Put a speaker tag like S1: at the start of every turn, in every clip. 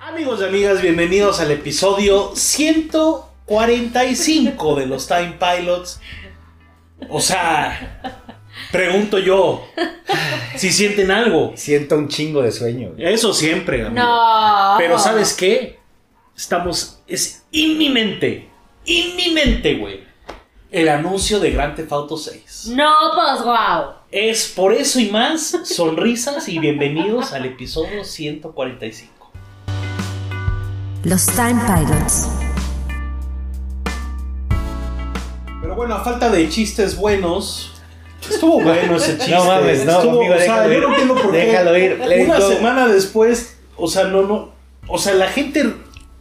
S1: Amigos y amigas, bienvenidos al episodio 145 de los Time Pilots. O sea, pregunto yo si sienten algo.
S2: Siento un chingo de sueño. güey.
S1: Eso siempre, amigo.
S3: No.
S1: Pero ¿sabes qué? Estamos, es inminente, inminente, güey. El anuncio de Grand Theft Auto 6.
S3: No, pues wow.
S1: Es por eso y más, sonrisas y bienvenidos al episodio 145.
S4: Los Time Pilots.
S1: Pero bueno, a falta de chistes buenos, estuvo bueno ese chiste.
S2: No mames, no,
S1: Estuvo-
S2: amigo,
S1: o sea,
S2: déjalo
S1: yo no
S2: ir.
S1: entiendo por qué.
S2: Déjalo ir, let it
S1: Una
S2: go.
S1: semana después, o sea, no, no, o sea, la gente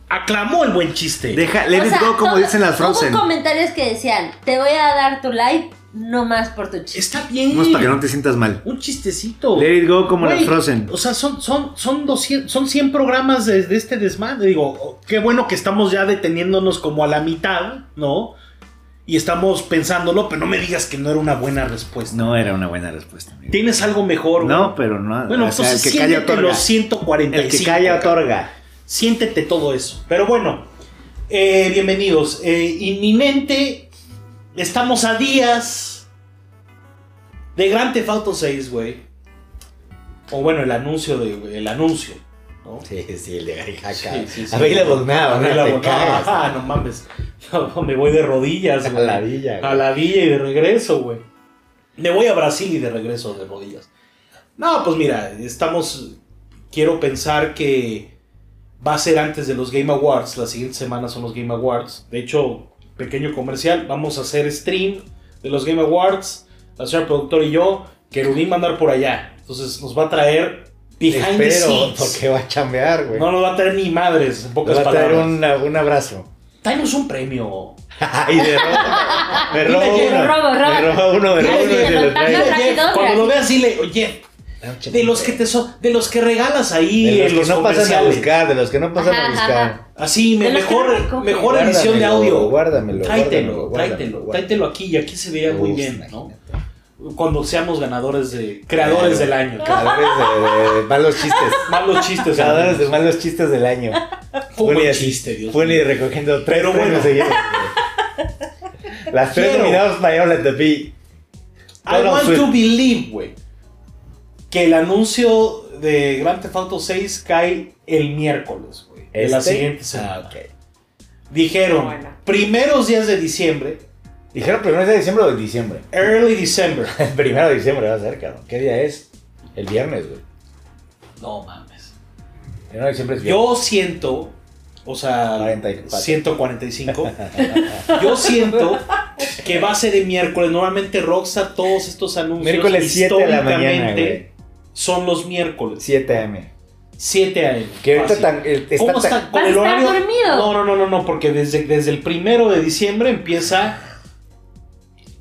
S1: aclamó el buen chiste.
S2: Deja, let
S3: O
S2: it
S3: sea,
S2: go, como
S3: todo-
S2: dicen las Frozen.
S3: Hubo comentarios que decían, te voy a dar tu like, no más por tu chiste.
S1: Está bien.
S2: No es para que no te sientas mal.
S1: Un chistecito.
S2: Let it go, como
S1: Güey,
S2: las Frozen.
S1: O sea, son, son, son, 200, son 100 programas de, de este desmadre. Digo, qué bueno que estamos ya deteniéndonos como a la mitad, ¿no? Y estamos pensándolo, pero no me digas que no era una buena respuesta.
S2: No era una buena respuesta. amigo.
S1: ¿Tienes algo mejor? güey?
S2: No, pero no.
S1: Bueno,
S2: o sea,
S1: entonces siéntete los 145.
S2: El que calla
S1: cabrón.
S2: otorga.
S1: Siéntete todo eso. Pero bueno, eh, bienvenidos. Eh, inminente, estamos a días de Grand Theft Auto 6, güey. O bueno, el anuncio de el anuncio. ¿no?
S2: Sí, sí, el de Gary
S1: Sí, sí, sí.
S2: Available now,
S1: Available
S2: no
S1: now.
S2: te cagas.
S1: Ah, no mames. No, me voy de rodillas,
S2: A
S1: güey.
S2: la villa, güey.
S1: A la villa y de regreso, güey. Me voy a Brasil y de regreso de rodillas. No, pues mira, estamos. Quiero pensar que va a ser antes de los Game Awards. La siguiente semana son los Game Awards. De hecho, pequeño comercial, vamos a hacer stream de los Game Awards. La señora productora y yo, Querubín va a andar por allá. Entonces nos va a traer behind the
S2: Espero,
S1: scenes.
S2: porque va a chambear, güey.
S1: No nos va a traer ni madres, en
S2: Le
S1: pocas
S2: va a traer
S1: palabras.
S2: un, un abrazo.
S1: Danos un premio.
S2: Ay, de robo. Me robo
S1: Dile,
S2: uno.
S1: Jeff,
S3: robo,
S2: Me
S3: robo.
S2: robo uno, me robo uno y
S1: Dile,
S2: se lo
S1: Dile,
S2: traigo.
S3: Rápido,
S1: Jeff,
S3: rápido.
S1: cuando lo veas, dile, oye, de los que te so- de los que regalas ahí
S2: De
S1: en
S2: los
S1: los
S2: que no pasan a
S1: comerciales.
S2: buscar, de los que no pasan
S3: Ajá,
S2: a
S3: ajá,
S2: buscar.
S3: ajá.
S1: Así, me-
S3: De los que no
S1: mejor,
S3: recogen.
S1: mejor edición de
S2: Guárdamelo,
S1: audio.
S2: Guárdamelo,
S1: Tráetelo,
S2: guárdamelo,
S1: tráetelo,
S2: guárdamelo.
S1: tráetelo aquí y aquí se vería muy
S2: Uf,
S1: bien, ¿no?
S2: imagínate.
S1: Cuando seamos ganadores de, creadores del año.
S3: Ah.
S2: Creadores de, de malos chistes.
S1: Malos chistes.
S2: Creadores de
S1: amigos.
S2: malos chistes del año.
S1: Fue un buen
S2: Pone así,
S1: chiste, Dios
S2: Fue
S1: mío.
S2: ni recogiendo tres
S1: Pero bueno.
S2: premios seguidos. Las tres
S1: Quiero.
S2: nominadas para Yola Tepi.
S1: I
S2: Taylor
S1: want
S2: Swift.
S1: to believe, güey, que el anuncio de Grand Theft Auto 6 cae el miércoles, güey, de la
S2: Este.
S1: siguiente semana.
S2: Ah, ok.
S1: Dijeron,
S3: Bueno.
S1: primeros días de diciembre,
S2: Dijeron primero de diciembre o de diciembre.
S1: early December.
S2: El primero de diciembre va a ser, cabrón. ¿Qué día es? El viernes, güey.
S1: No mames.
S2: Primero de diciembre es viernes.
S1: Yo siento, o sea,
S2: 44.
S1: 145. yo siento que va a ser el miércoles. Normalmente Rockstar todos estos anuncios
S2: Miércoles 7 de la mañana, güey.
S1: son los miércoles,
S2: 7 am.
S1: 7 a.m.
S2: Que ahorita
S1: Fácil.
S2: tan, el- está
S1: ¿Cómo
S2: tan-
S1: está con
S3: ¿Vas a
S1: el
S3: estar
S1: horario?
S3: dormido?
S1: No, no, no, no, no, porque desde, desde el primero de diciembre empieza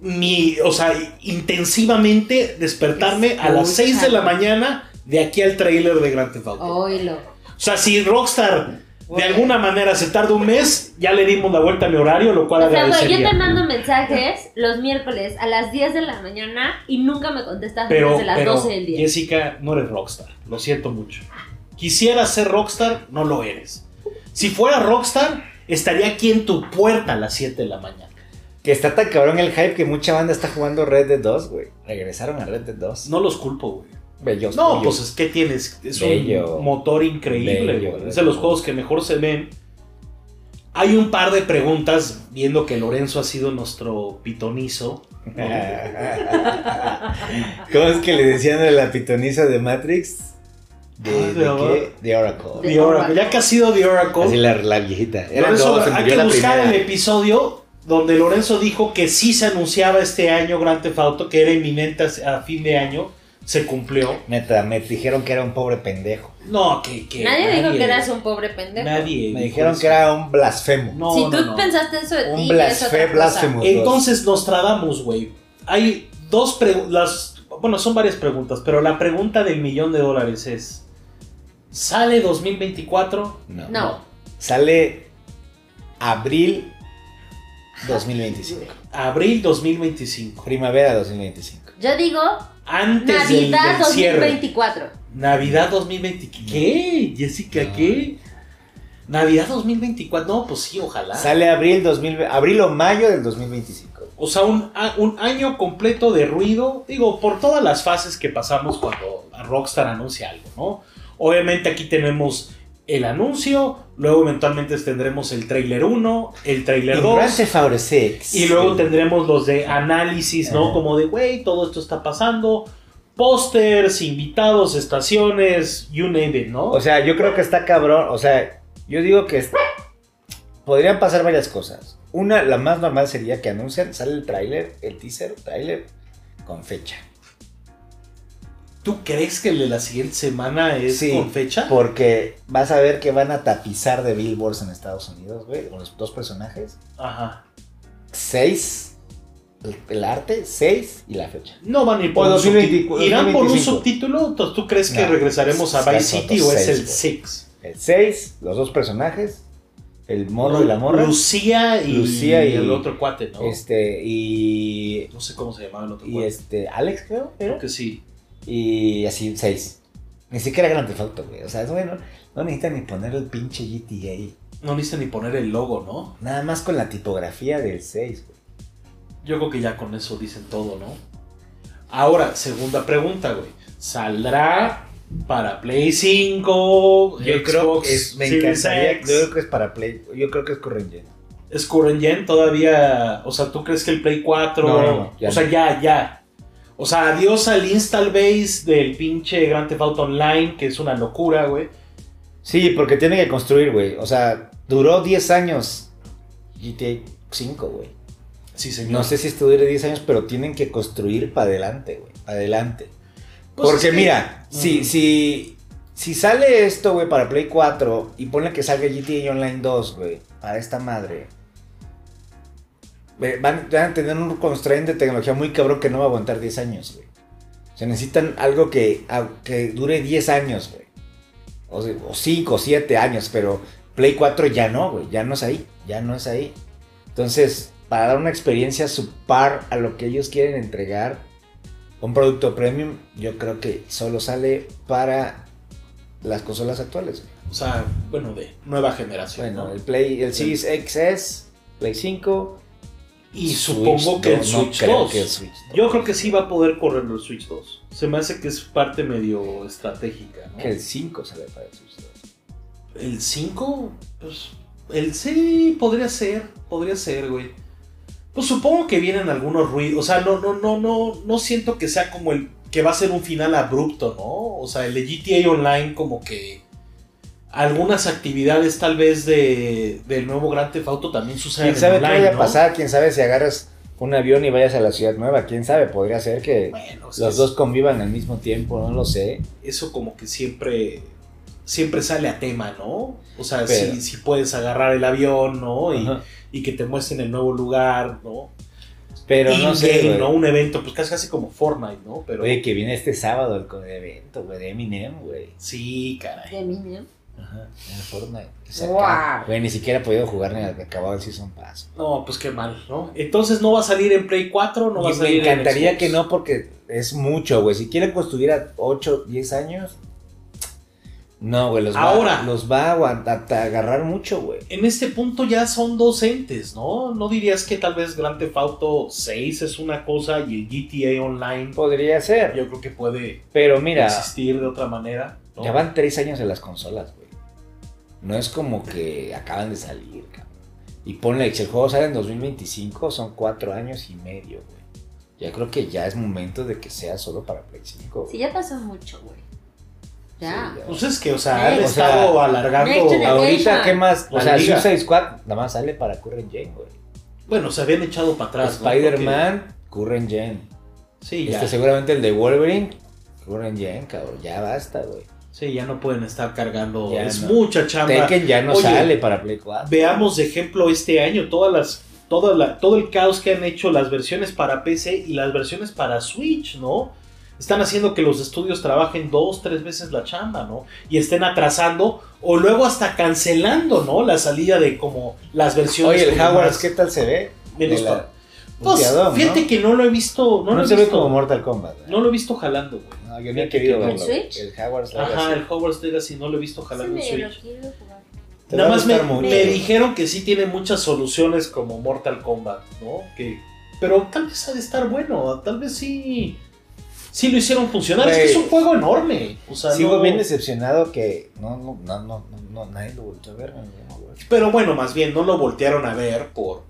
S1: mi, o sea, intensivamente despertarme a las 6 de la mañana de aquí al tráiler de Grand Theft
S3: Oh,
S1: Auto.
S3: Oílo.
S1: O sea, si Rockstar de
S3: Bueno.
S1: alguna manera se tarda un mes, ya le dimos la vuelta a mi horario, lo cual
S3: O sea, güey, yo
S1: agradecería.
S3: te mando mensajes los miércoles a las 10 de la mañana y nunca me contestas
S1: pero,
S3: antes de las
S1: pero,
S3: 12 del día.
S1: Jessica, no eres Rockstar, lo siento mucho. Quisiera ser Rockstar, no lo eres. Si fuera Rockstar, estaría aquí en tu puerta a las 7 de la mañana.
S2: que está tan cabrón el hype que mucha banda está jugando Red Dead 2, güey. Regresaron a Red Dead 2.
S1: No los culpo, güey.
S2: Bellos.
S1: No,
S2: bellos.
S1: pues es que tienes. Es
S2: Bello.
S1: un motor increíble,
S2: Bello,
S1: güey. Es de
S2: bello.
S1: los juegos que mejor se ven. Hay un par de preguntas, viendo que Lorenzo ha sido nuestro pitonizo.
S2: ¿Cómo es que le decían a la pitoniza de Matrix? ¿De,
S1: Ay,
S2: de
S1: no.
S2: qué? De Oracle.
S1: The Oracle. Ya que ha sido The
S2: Así
S1: Oracle,
S2: la, la viejita. Eran
S1: Lorenzo,
S2: dos, se
S1: hay
S2: murió
S1: que
S2: la
S1: buscar eh.
S2: primera.
S1: el episodio donde Lorenzo dijo que sí se anunciaba este año Grand Theft Auto, que era inminente a a fin de año. Se cumplió.
S2: Neta, me dijeron que era un pobre pendejo.
S1: No, que. que
S3: nadie, dijo que eras un pobre pendejo.
S1: Nadie.
S2: Me
S1: dijo
S2: dijeron
S1: eso.
S2: que era un blasfemo.
S1: No,
S3: si
S1: no,
S3: tú
S1: no.
S3: pensaste eso de ti,
S2: un
S3: ya es otra
S2: blasfe-
S3: cosa.
S2: blasfemo.
S1: Entonces Nostradamus, güey. Hay dos preguntas. Bueno, son varias preguntas, pero la pregunta del millón de dólares es: ¿sale 2024?
S2: No.
S3: No.
S2: Sale abril 2025.
S1: Abril 2025.
S2: Primavera 2025.
S3: Yo digo
S1: Antes del-
S3: Navidad
S1: del, cierre.
S3: 2024.
S1: Navidad 2020. ¿Qué? Jessica,
S2: No.
S1: ¿qué? Navidad 2024, no, pues sí, ojalá.
S2: Sale abril, 2000, abril o mayo del 2025.
S1: O sea, un, a- un año completo de ruido, digo, por todas las fases que pasamos cuando Rockstar anuncia algo, ¿no? Obviamente aquí tenemos el anuncio, luego eventualmente tendremos el trailer 1, el trailer
S2: Y
S1: 2.
S2: Grand Theft Auto 6.
S1: Y luego tendremos los de análisis, ¿no?
S2: Ajá.
S1: Como de, güey, todo esto está pasando. Pósters, invitados, estaciones, you name it, ¿no?
S2: O sea, yo creo que está cabrón. O sea, yo digo que es- podrían pasar varias cosas. Una, la más normal sería que anuncian, sale el tráiler, el teaser, tráiler, con fecha.
S1: ¿Tú crees que el de la siguiente semana es
S2: Sí,
S1: con fecha?
S2: Porque vas a ver que van a tapizar de billboards en Estados Unidos, güey, con los dos personajes.
S1: Ajá.
S2: Seis, el, el arte, seis y la fecha.
S1: No van a ir por
S2: O
S1: un
S2: 2024,
S1: subtítulo. ¿Irán por un
S2: 2025.
S1: subtítulo? Entonces, ¿Tú crees que
S2: No,
S1: regresaremos a
S2: está
S1: Vice
S2: todo
S1: City o es
S2: seis,
S1: el
S2: güey.
S1: 6?
S2: El Eh, seis, los dos personajes, el morro y la morra.
S1: Lucía y,
S2: Lucía y-
S1: el otro cuate, ¿no?
S2: Este, y.
S1: No sé cómo se llamaba el otro
S2: Y
S1: cuate.
S2: este, Alex, creo. era.
S1: Creo que sí.
S2: Y así, 6. Ni siquiera Grand Theft Auto, güey. O sea, es bueno. No necesitan ni poner el pinche GTA.
S1: No necesitan ni poner el logo, ¿no?
S2: Nada más con la tipografía del 6, güey.
S1: Yo creo que ya con eso dicen todo, ¿no? Ahora, segunda pregunta, güey. ¿Saldrá para Play 5? Xbox Series X?
S2: Yo creo que es para Play. Yo creo que es Current Gen.
S1: ¿Es current gen todavía? O sea, ¿tú crees que el Play 4?
S2: No, no, no, ya
S1: o sea,
S2: no.
S1: ya, ya. O sea, adiós al install base del pinche Grand Theft Auto Online, que es una locura, güey.
S2: Sí, porque tiene que construir, güey. O sea, duró 10 años GTA 5, güey.
S1: Sí, señor.
S2: No sé si esto dure 10 años, pero tienen que construir para adelante, güey. Para adelante.
S1: Pues
S2: Porque
S1: es que-
S2: mira, si,
S1: Ujú.
S2: si, si sale esto, güey, para Play 4 y ponle que salga GTA Online 2, güey, para esta madre. ve- Van, van a tener un constraint de tecnología muy cabrón que no va a aguantar 10 años, güey. Se necesitan algo que, a- que dure 10 años, güey. O, sea, o 5, 7 años, pero Play 4 ya no, güey. Ya no es ahí. Ya no es ahí. Entonces, para dar una experiencia subpar a lo que ellos quieren entregar, un producto premium, yo creo que solo sale para las consolas actuales. güey.
S1: O sea, bueno, de nueva generación.
S2: Bueno,
S1: ¿no?
S2: el Play, el Series XS, Play 5
S1: Y
S2: Switch
S1: supongo que
S2: no,
S1: el
S2: no
S1: Switch
S2: creo
S1: 2.
S2: que el Switch dos.
S1: Yo creo que sí va a poder correr el Switch 2. Se me hace que es parte medio estratégica, ¿no?
S2: que el 5 sale para el Switch 2.
S1: ¿El 5? Pues. El sí, podría ser. Podría ser, güey. Pues supongo que vienen algunos ruidos. O sea, no, no, no, no. No siento que sea como el. que va a ser un final abrupto, ¿no? O sea, el de GTA Online, como que. Algunas actividades tal vez de, del nuevo Grand Theft Auto también suceden
S2: Quién sabe
S1: en
S2: qué
S1: online,
S2: vaya a
S1: ¿no?
S2: pasar, quién sabe si agarras un avión y vayas a la ciudad nueva, quién sabe, podría ser que
S1: Bueno, es que
S2: los dos convivan al mismo tiempo, no lo sé.
S1: eso como que siempre siempre sale a tema, ¿no? O sea,
S2: Pero-
S1: si, si puedes agarrar el avión, ¿no? Y,
S2: Ajá.
S1: y que te muestren el nuevo lugar, ¿no?
S2: Pero no sé.
S1: In-game,
S2: güey.
S1: ¿no? Un evento, pues casi, casi como Fortnite, ¿no? Pero
S2: Oye, que viene este sábado el co- evento, güey, de Eminem, güey.
S1: sí, caray.
S3: De Minion.
S2: Ajá, en el Fortnite. O sea,
S3: Wow.
S2: acá, güey, ni siquiera he podido jugar ni al que acababa el Season Pass.
S1: No, pues qué mal, ¿no? Entonces no va a salir en Play 4, no va a
S2: y me
S1: salir en
S2: encantaría
S1: Xbox?
S2: que no, porque es mucho, güey. Si quieren construir a 8, 10 años, no, güey, los,
S1: Ahora.
S2: Va, los va a aguantar, a agarrar mucho, güey.
S1: En este punto ya son dos entes, ¿no? ¿No dirías que tal vez Grand Theft Auto 6 es una cosa y el GTA Online
S2: Podría ser,
S1: yo creo que puede
S2: pero mira,
S1: existir de otra manera? Pues ¿no?
S2: ya van 3 años en las consolas, güey. No es como que acaban de salir, cabrón. Y ponle, si el juego sale en 2025, son 4 años y medio, güey. Ya creo que ya es momento de que sea solo para Play 5. güey.
S3: Sí, ya pasó mucho, güey. Ya.
S2: Sí, ya.
S1: Pues es que, o sea, han
S3: O
S2: sea,
S1: estado alargando.
S3: Next Generation.
S2: Ahorita, ¿qué más? O
S1: La
S2: sea,
S1: liga.
S2: Suicide Squad nada más sale para Current Gen, güey.
S1: Bueno, se habían echado para atrás. ¿no?
S2: Spider-Man, Current Gen.
S1: Porque- Sí, ya.
S2: Este, seguramente el de Wolverine, Current Gen, cabrón. Ya basta, güey.
S1: Sí, ya no pueden estar cargando.
S2: Ya
S1: es
S2: no.
S1: mucha chamba.
S2: Tekken ya no
S1: Oye,
S2: sale para Play 4.
S1: Veamos de ejemplo este año todas las. Toda la, todo el caos que han hecho las versiones para PC y las versiones para Switch, ¿no? Están haciendo que los estudios trabajen dos, tres veces la chamba, ¿no? Y estén atrasando o luego hasta cancelando, ¿no? La salida de como las versiones.
S2: Oye, el
S1: como
S2: Howard,
S1: más-
S2: ¿qué tal se ve?
S1: menos
S2: De la-
S1: pa- Pues,
S2: Buqueadón,
S1: fíjate
S2: ¿no?
S1: que no lo he visto. No,
S2: No,
S1: lo he
S2: se ve
S1: visto.
S2: como Mortal Kombat. ¿eh?
S1: No lo he visto jalando, güey.
S2: No, yo ni he
S1: Fíjate
S2: querido
S1: que no.
S2: verlo.
S3: ¿El Switch?
S2: El Howard
S1: Ajá, el Hogwarts Legacy no lo he visto
S3: Ese
S1: jalando en
S3: medio lo
S1: Switch.
S3: quiero jugar.
S2: Te
S1: Nada
S2: va a
S1: más me,
S2: gustar mucho.
S1: me dijeron que sí tiene muchas soluciones como Mortal Kombat, ¿no? Que, pero tal vez ha de estar bueno, tal vez sí. Sí lo hicieron funcionar. Es que
S2: Güey.
S1: es un juego enorme. O sea,
S2: Sigo
S1: no-
S2: bien decepcionado que no, no, no, no, no, no, nadie lo volvió a ver. güey, no, güey.
S1: Pero bueno, más bien, no lo voltearon a ver por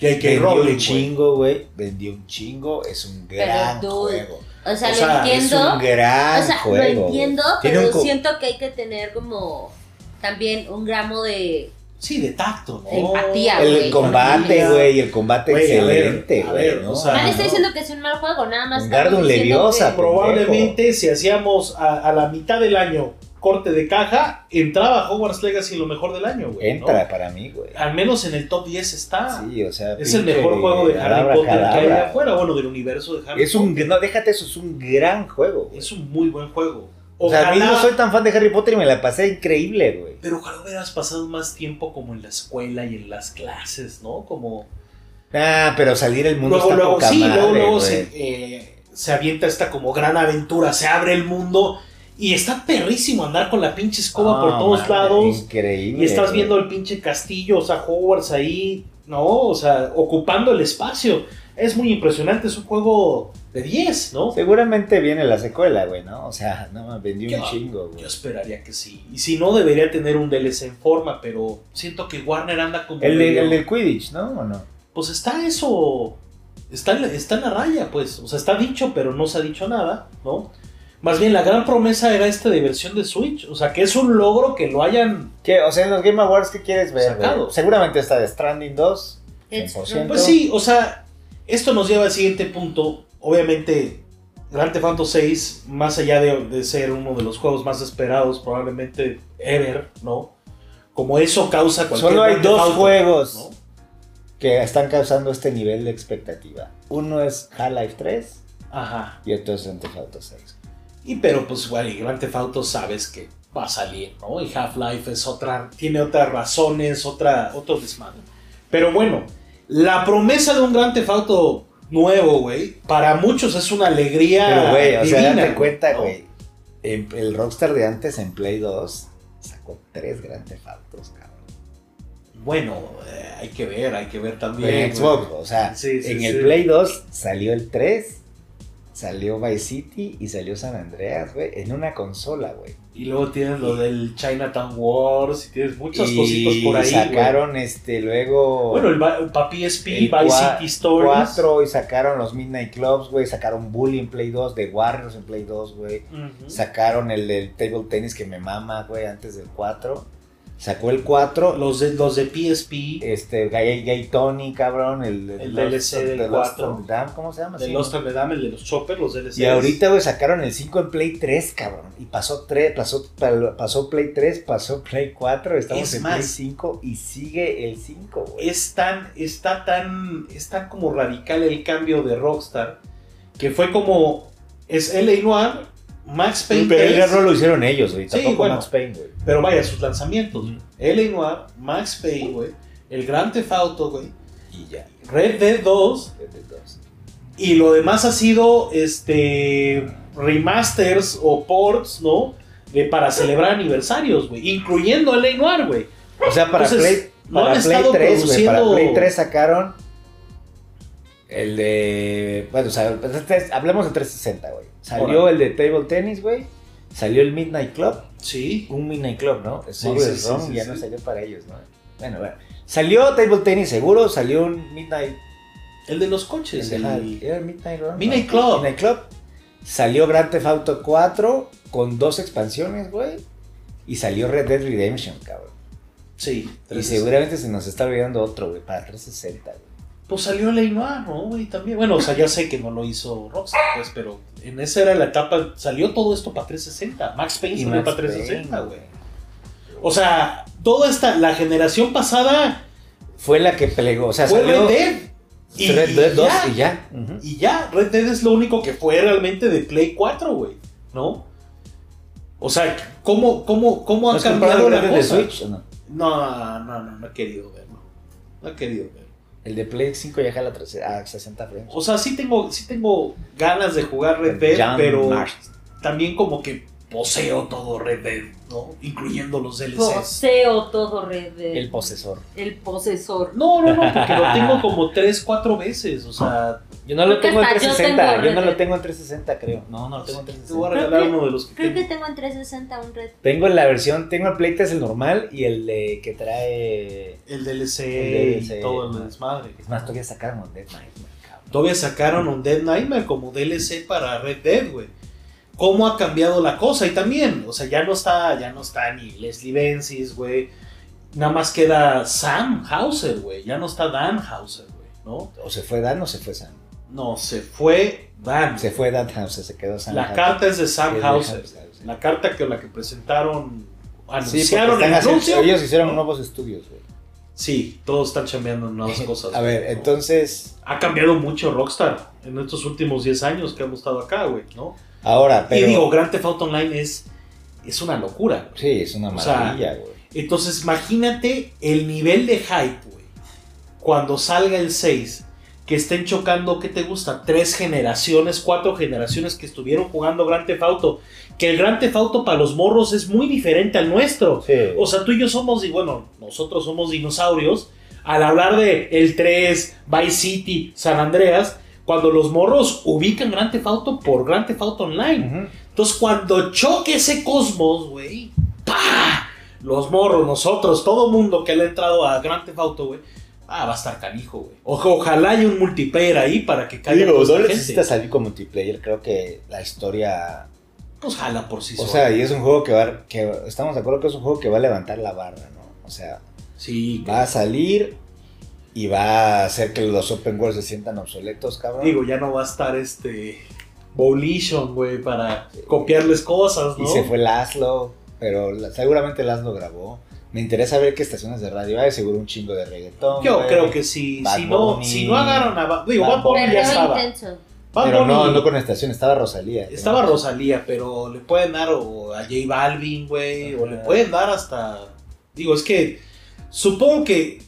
S1: J.K.
S2: Vendió
S1: Rowling.
S2: un
S1: güey.
S2: chingo, güey. Vendió un chingo. Es un gran
S3: dude,
S2: juego.
S3: O sea,
S1: O
S3: lo
S1: sea, es
S2: Es
S3: entiendo.
S2: un gran
S3: O sea,
S2: juego.
S3: lo
S2: güey.
S3: entiendo,
S2: Tiene un
S3: pero
S2: co-
S3: siento que hay que tener como también un gramo de
S1: Sí, de tacto, ¿no?
S3: De empatía,
S2: El
S3: güey,
S2: combate,
S1: Empatía.
S2: güey. El combate
S1: Güey, a ver,
S2: excelente,
S1: a
S2: güey.
S1: ver,
S2: ¿no?
S1: o sea,
S3: Nadie
S1: Ah,
S3: está
S1: no.
S3: diciendo que es un mal juego, nada más.
S2: Un
S3: estamos
S2: Garden
S3: diciendo
S2: Leviosa, bro.
S3: que-
S1: Probablemente si hacíamos a, a la mitad del año corte de caja, entraba Hogwarts Legacy lo mejor del año, güey. ¿no?
S2: Entra para mí, güey.
S1: Al menos en el top 10 está.
S2: Sí, o sea,
S1: Ah, Es el
S2: pinche
S1: mejor juego de Harry
S2: Cadabra,
S1: Potter que hay
S2: Cadabra.
S1: afuera, bueno, del universo de Harry
S2: Es un,
S1: Potter.
S2: no, déjate eso, es un gran juego. güey.
S1: Es un muy buen juego.
S2: O sea, a mí
S1: Ojalá,
S2: no soy tan fan de Harry Potter y me la pasé increíble, güey.
S1: pero ojalá hubieras pasado más tiempo como en la escuela y en las clases, ¿no? Como
S2: Ah, pero salir al mundo
S1: luego,
S2: está
S1: luego,
S2: poca
S1: sí,
S2: madre,
S1: luego, luego
S2: güey.
S1: se, eh, se avienta esta como gran aventura, se abre el mundo y está perrísimo andar con la pinche escoba por
S2: Ah,
S1: todos
S2: madre,
S1: lados.
S2: Increíble.
S1: Y estás
S2: güey.
S1: viendo el pinche castillo, o sea, Hogwarts ahí, ¿no? O sea, ocupando el espacio. Es muy impresionante, es un juego de 10, ¿no?
S2: Seguramente viene la secuela, güey, ¿no? O sea, no, mames, vendí un
S1: Yo-
S2: chingo, güey.
S1: Yo esperaría que sí. Y si no, debería tener un DLC en forma, pero siento que Warner anda como...
S2: El, de-
S1: medio-
S2: el del Quidditch, ¿no? ¿O no?
S1: Pues está eso. Está, en la- está en la raya, pues. O sea, está dicho, pero no se ha dicho nada, ¿no? Más bien, la gran promesa era esta de versión de Switch. O sea, que es un logro que lo hayan...
S2: ¿Qué? O sea, en los Game Awards, ¿qué quieres ver, güey?
S1: Sacado.
S2: Seguramente está de Stranding 2.
S3: It's
S2: 100%.
S1: Pues sí, o sea, esto nos lleva al siguiente punto. Obviamente, Grand Theft Auto 6, más allá de, de ser uno de los juegos más esperados, probablemente ever, ¿no? Como eso causa cualquier
S2: Solo hay
S1: Grand Theft
S2: dos
S1: Auto,
S2: juegos.
S1: ¿no?
S2: Que están causando este nivel de expectativa. Uno es Half-Life 3
S1: Ajá.
S2: y otro es Grand Theft Auto 6.
S1: Y pero pues güey, Grand Theft Auto sabes que va a salir, ¿no? Y Half-Life es otra, tiene otras razones, otra, otro desmadre. Pero bueno, la promesa de un Grand Theft Auto nuevo, güey, para muchos es una alegría
S2: Pero, güey, o sea,
S1: Ah, divina,
S2: date cuenta,
S1: ¿no?
S2: güey. en- El Rockstar de antes en Play 2 sacó tres grandes faltos, cabrón.
S1: Bueno, eh, hay que ver, hay que ver también.
S2: en
S1: güey.
S2: Xbox, o sea,
S1: Sí, sí,
S2: en
S1: sí.
S2: el Play 2 salió el 3, salió Vice City y salió San Andreas, güey, en una consola, güey.
S1: Y luego tienes lo del Chinatown Wars y tienes muchas cositas
S2: Y
S1: por ahí. güey.
S2: sacaron este luego
S1: Bueno, el, ba- el Papi SP,
S2: el
S1: Vice
S2: cua-
S1: City Stories.
S2: 4 y sacaron los Midnight Clubs, güey, sacaron Bully en Play 2, The Warriors en Play 2, güey.
S1: Ujú.
S2: Sacaron el del table tennis que me mama, güey, antes del 4. Sacó el 4.
S1: Los de, los de PSP,
S2: Este, Gay, Gay Tony, cabrón. El,
S1: El
S2: Lost-
S1: DLC del
S2: de Lost
S1: 4.
S2: and Damned, ¿Cómo se llama?
S1: de
S2: Sí,
S1: los
S2: ¿no?
S1: Amedam, el de los Choppers, los DLCs.
S2: y ahorita, güey, sacaron el 5 en Play 3, cabrón. Y pasó 3, pasó, pal- pasó Play 3, pasó Play 4. Estamos
S1: Es
S2: en
S1: más.
S2: Play 5 y sigue el 5, güey.
S1: es tan, está tan, es tan como radical el cambio de Rockstar, que fue como, es L.A. Noir, Max Payne
S2: Pero el
S1: 3,
S2: error lo hicieron ellos, güey.
S1: Sí,
S2: Tampoco
S1: bueno.
S2: Max Payne, güey.
S1: pero vaya, sus lanzamientos, L.A. Noir, Max Payne, güey, el Grand Theft Auto, güey,
S2: Y ya.
S1: Red Dead 2,
S2: Entonces,
S1: y lo demás ha sido, este, remasters o ports, ¿no?, de, para celebrar aniversarios, güey, incluyendo L.A. Noir, güey.
S2: O sea, para
S1: Entonces,
S2: Play,
S1: no han
S2: para Play
S1: estado
S2: 3, güey, para
S1: produciendo-
S2: Play 3 sacaron el de... Bueno, o sea, pues, este es- hablemos de 360, güey. Salió
S1: Órale.
S2: el de Table Tennis, güey. Salió el Midnight Club.
S1: Sí.
S2: Un Midnight Club, ¿no?
S1: Sí,
S2: Seguro
S1: sí,
S2: es
S1: sí,
S2: Rom,
S1: sí,
S2: ya
S1: sí.
S2: no salió para ellos, ¿no? Bueno, bueno. Salió Table Tennis seguro, salió un Midnight...
S1: El de los coches.
S2: el de
S1: el-
S2: Hal- ¿Era Midnight Rom?
S1: Midnight Club.
S2: Midnight Club. Salió Grand Theft Auto 4 con dos expansiones, güey. Y salió Red Dead Redemption, cabrón.
S1: Sí.
S2: Y
S1: tres-
S2: seguramente se nos está olvidando otro, güey, para 360, güey.
S1: Pues salió Leinoir, ¿no, güey? También. Bueno, o sea, ya sé que no lo hizo Rockstar, pues, pero en esa era la etapa. Salió todo esto para 360. Max Payne
S2: Y
S1: salió
S2: Max
S1: para
S2: Payne,
S1: 360, güey. O sea, toda esta. La generación pasada
S2: Fue la que plegó, o sea,
S1: fue Red
S2: salió
S1: Dead. Y,
S2: Red
S1: y
S2: Dead 2
S1: ya,
S2: y ya. Ujú.
S1: y ya, Red Dead es lo único que fue realmente de Play 4, güey. ¿No? O sea, ¿cómo, cómo, cómo ha
S2: ¿No has
S1: cambiado
S2: comprado
S1: la
S2: Red Dead de
S1: cosa?
S2: Switch o no?
S1: No, no, no, no he querido verlo. No he querido verlo.
S2: El de Play 5 ya jala 13 a 60 frames.
S1: O sea, sí tengo, sí tengo ganas de jugar Red Dead,
S2: Jan
S1: pero
S2: Mars.
S1: también como que poseo todo Red Dead, ¿no? Incluyendo los DLCs.
S3: Poseo todo Red Dead.
S2: El posesor.
S3: El posesor.
S1: No, no, no, porque lo tengo como 3 4 veces, o sea,
S2: Yo no lo
S3: Creo que
S2: tengo en
S3: hasta yo
S2: 360.
S3: tengo
S2: Yo, no
S3: Red
S2: lo
S3: Dead.
S2: tengo en 360, creo. No, no lo tengo en
S1: te voy a
S2: 360.
S1: regalar uno de los que
S3: Creo que
S1: tengo.
S3: tengo en 360 un Red
S2: Tengo la versión, tengo el Play 3 el normal y el de que trae.
S1: el DLC,
S2: El DLC.
S1: y todo el desmadre.
S2: Es más, todavía sacaron Dead Knight, man, cabrón.
S1: Todavía sacaron un Dead Nightmare como DLC para Red Dead, güey. Cómo ha cambiado la cosa y también, o sea, ya no está, ya no está ni Leslie Benzies, güey. Nada más queda Sam Hauser, güey. Ya no está Dan Hauser, güey, ¿no?
S2: O se fue Dan o se fue Sam.
S1: No, se fue Dan.
S2: Se fue Dan, o sea, se quedó Sam.
S1: la
S2: Hauser.
S1: carta es de
S2: Es
S1: Sam
S2: de
S1: Hauser.
S2: Hauser.
S1: La carta que la que presentaron,
S2: Sí,
S1: anunciaron
S2: porque
S1: el
S2: están
S1: anuncio.
S2: haciendo- ellos hicieron nuevos estudios, güey.
S1: Sí, todos están chambeando en nuevas cosas.
S2: Eh, A ver,
S1: güey, ¿no?
S2: entonces,
S1: Ha cambiado mucho Rockstar en estos últimos 10 años que hemos estado acá, güey, ¿no?
S2: ahora, pero
S1: Y digo, Grand Theft Auto Online es, es una locura. güey.
S2: sí, es una
S1: o sea,
S2: maravilla, güey.
S1: Entonces, imagínate el nivel de hype, güey. Cuando salga el 6, que estén chocando, ¿qué te gusta? Tres generaciones, cuatro generaciones que estuvieron jugando Grand Theft Auto. Que el Grand Theft Auto para los morros es muy diferente al nuestro.
S2: Sí.
S1: O sea, tú y yo somos, y bueno, nosotros somos dinosaurios. Al hablar de el 3, Vice City, San Andreas, cuando los morros ubican Grand Theft Auto por Grand Theft Auto Online.
S2: Ujú.
S1: Entonces, cuando choque ese cosmos, güey, ¡pa! Los morros, nosotros, todo mundo que le ha entrado a Grand Theft Auto, güey, ah, va a estar canijo, güey. O- ojalá haya un multiplayer ahí para que caiga
S2: Digo,
S1: toda esa
S2: no
S1: gente.
S2: necesita salir con multiplayer, creo que la historia...
S1: Pues jala por sí
S2: O
S1: solo.
S2: sea, y es un juego que va... Que estamos de acuerdo que es un juego que va a levantar la barra, ¿no? O sea,
S1: sí,
S2: va a salir y va a hacer que los open world se sientan obsoletos, cabrón.
S1: digo, ya no va a estar este Volition, güey, para copiarles cosas, ¿no?
S2: Y se fue Laszlo, pero la- seguramente Laszlo grabó. Me interesa ver qué estaciones de radio hay, seguro un chingo de reggaetón.
S1: Yo
S2: güey.
S1: creo que sí,
S2: Bad
S1: si no,
S2: Bunny.
S1: si no agarran a... Ba- Digo,
S2: Bad
S1: Bad Bunny
S2: Bunny.
S1: Oh, ya
S3: Perreo
S1: estaba.
S3: intenso.
S1: Bad
S2: Pero no,
S1: Bunny-
S2: no con estación, estaba Rosalía.
S1: Estaba
S2: ¿no?
S1: Rosalía, pero le pueden dar o a J Balvin, güey, o le
S2: Ajá.
S1: pueden dar hasta... Digo, es que supongo que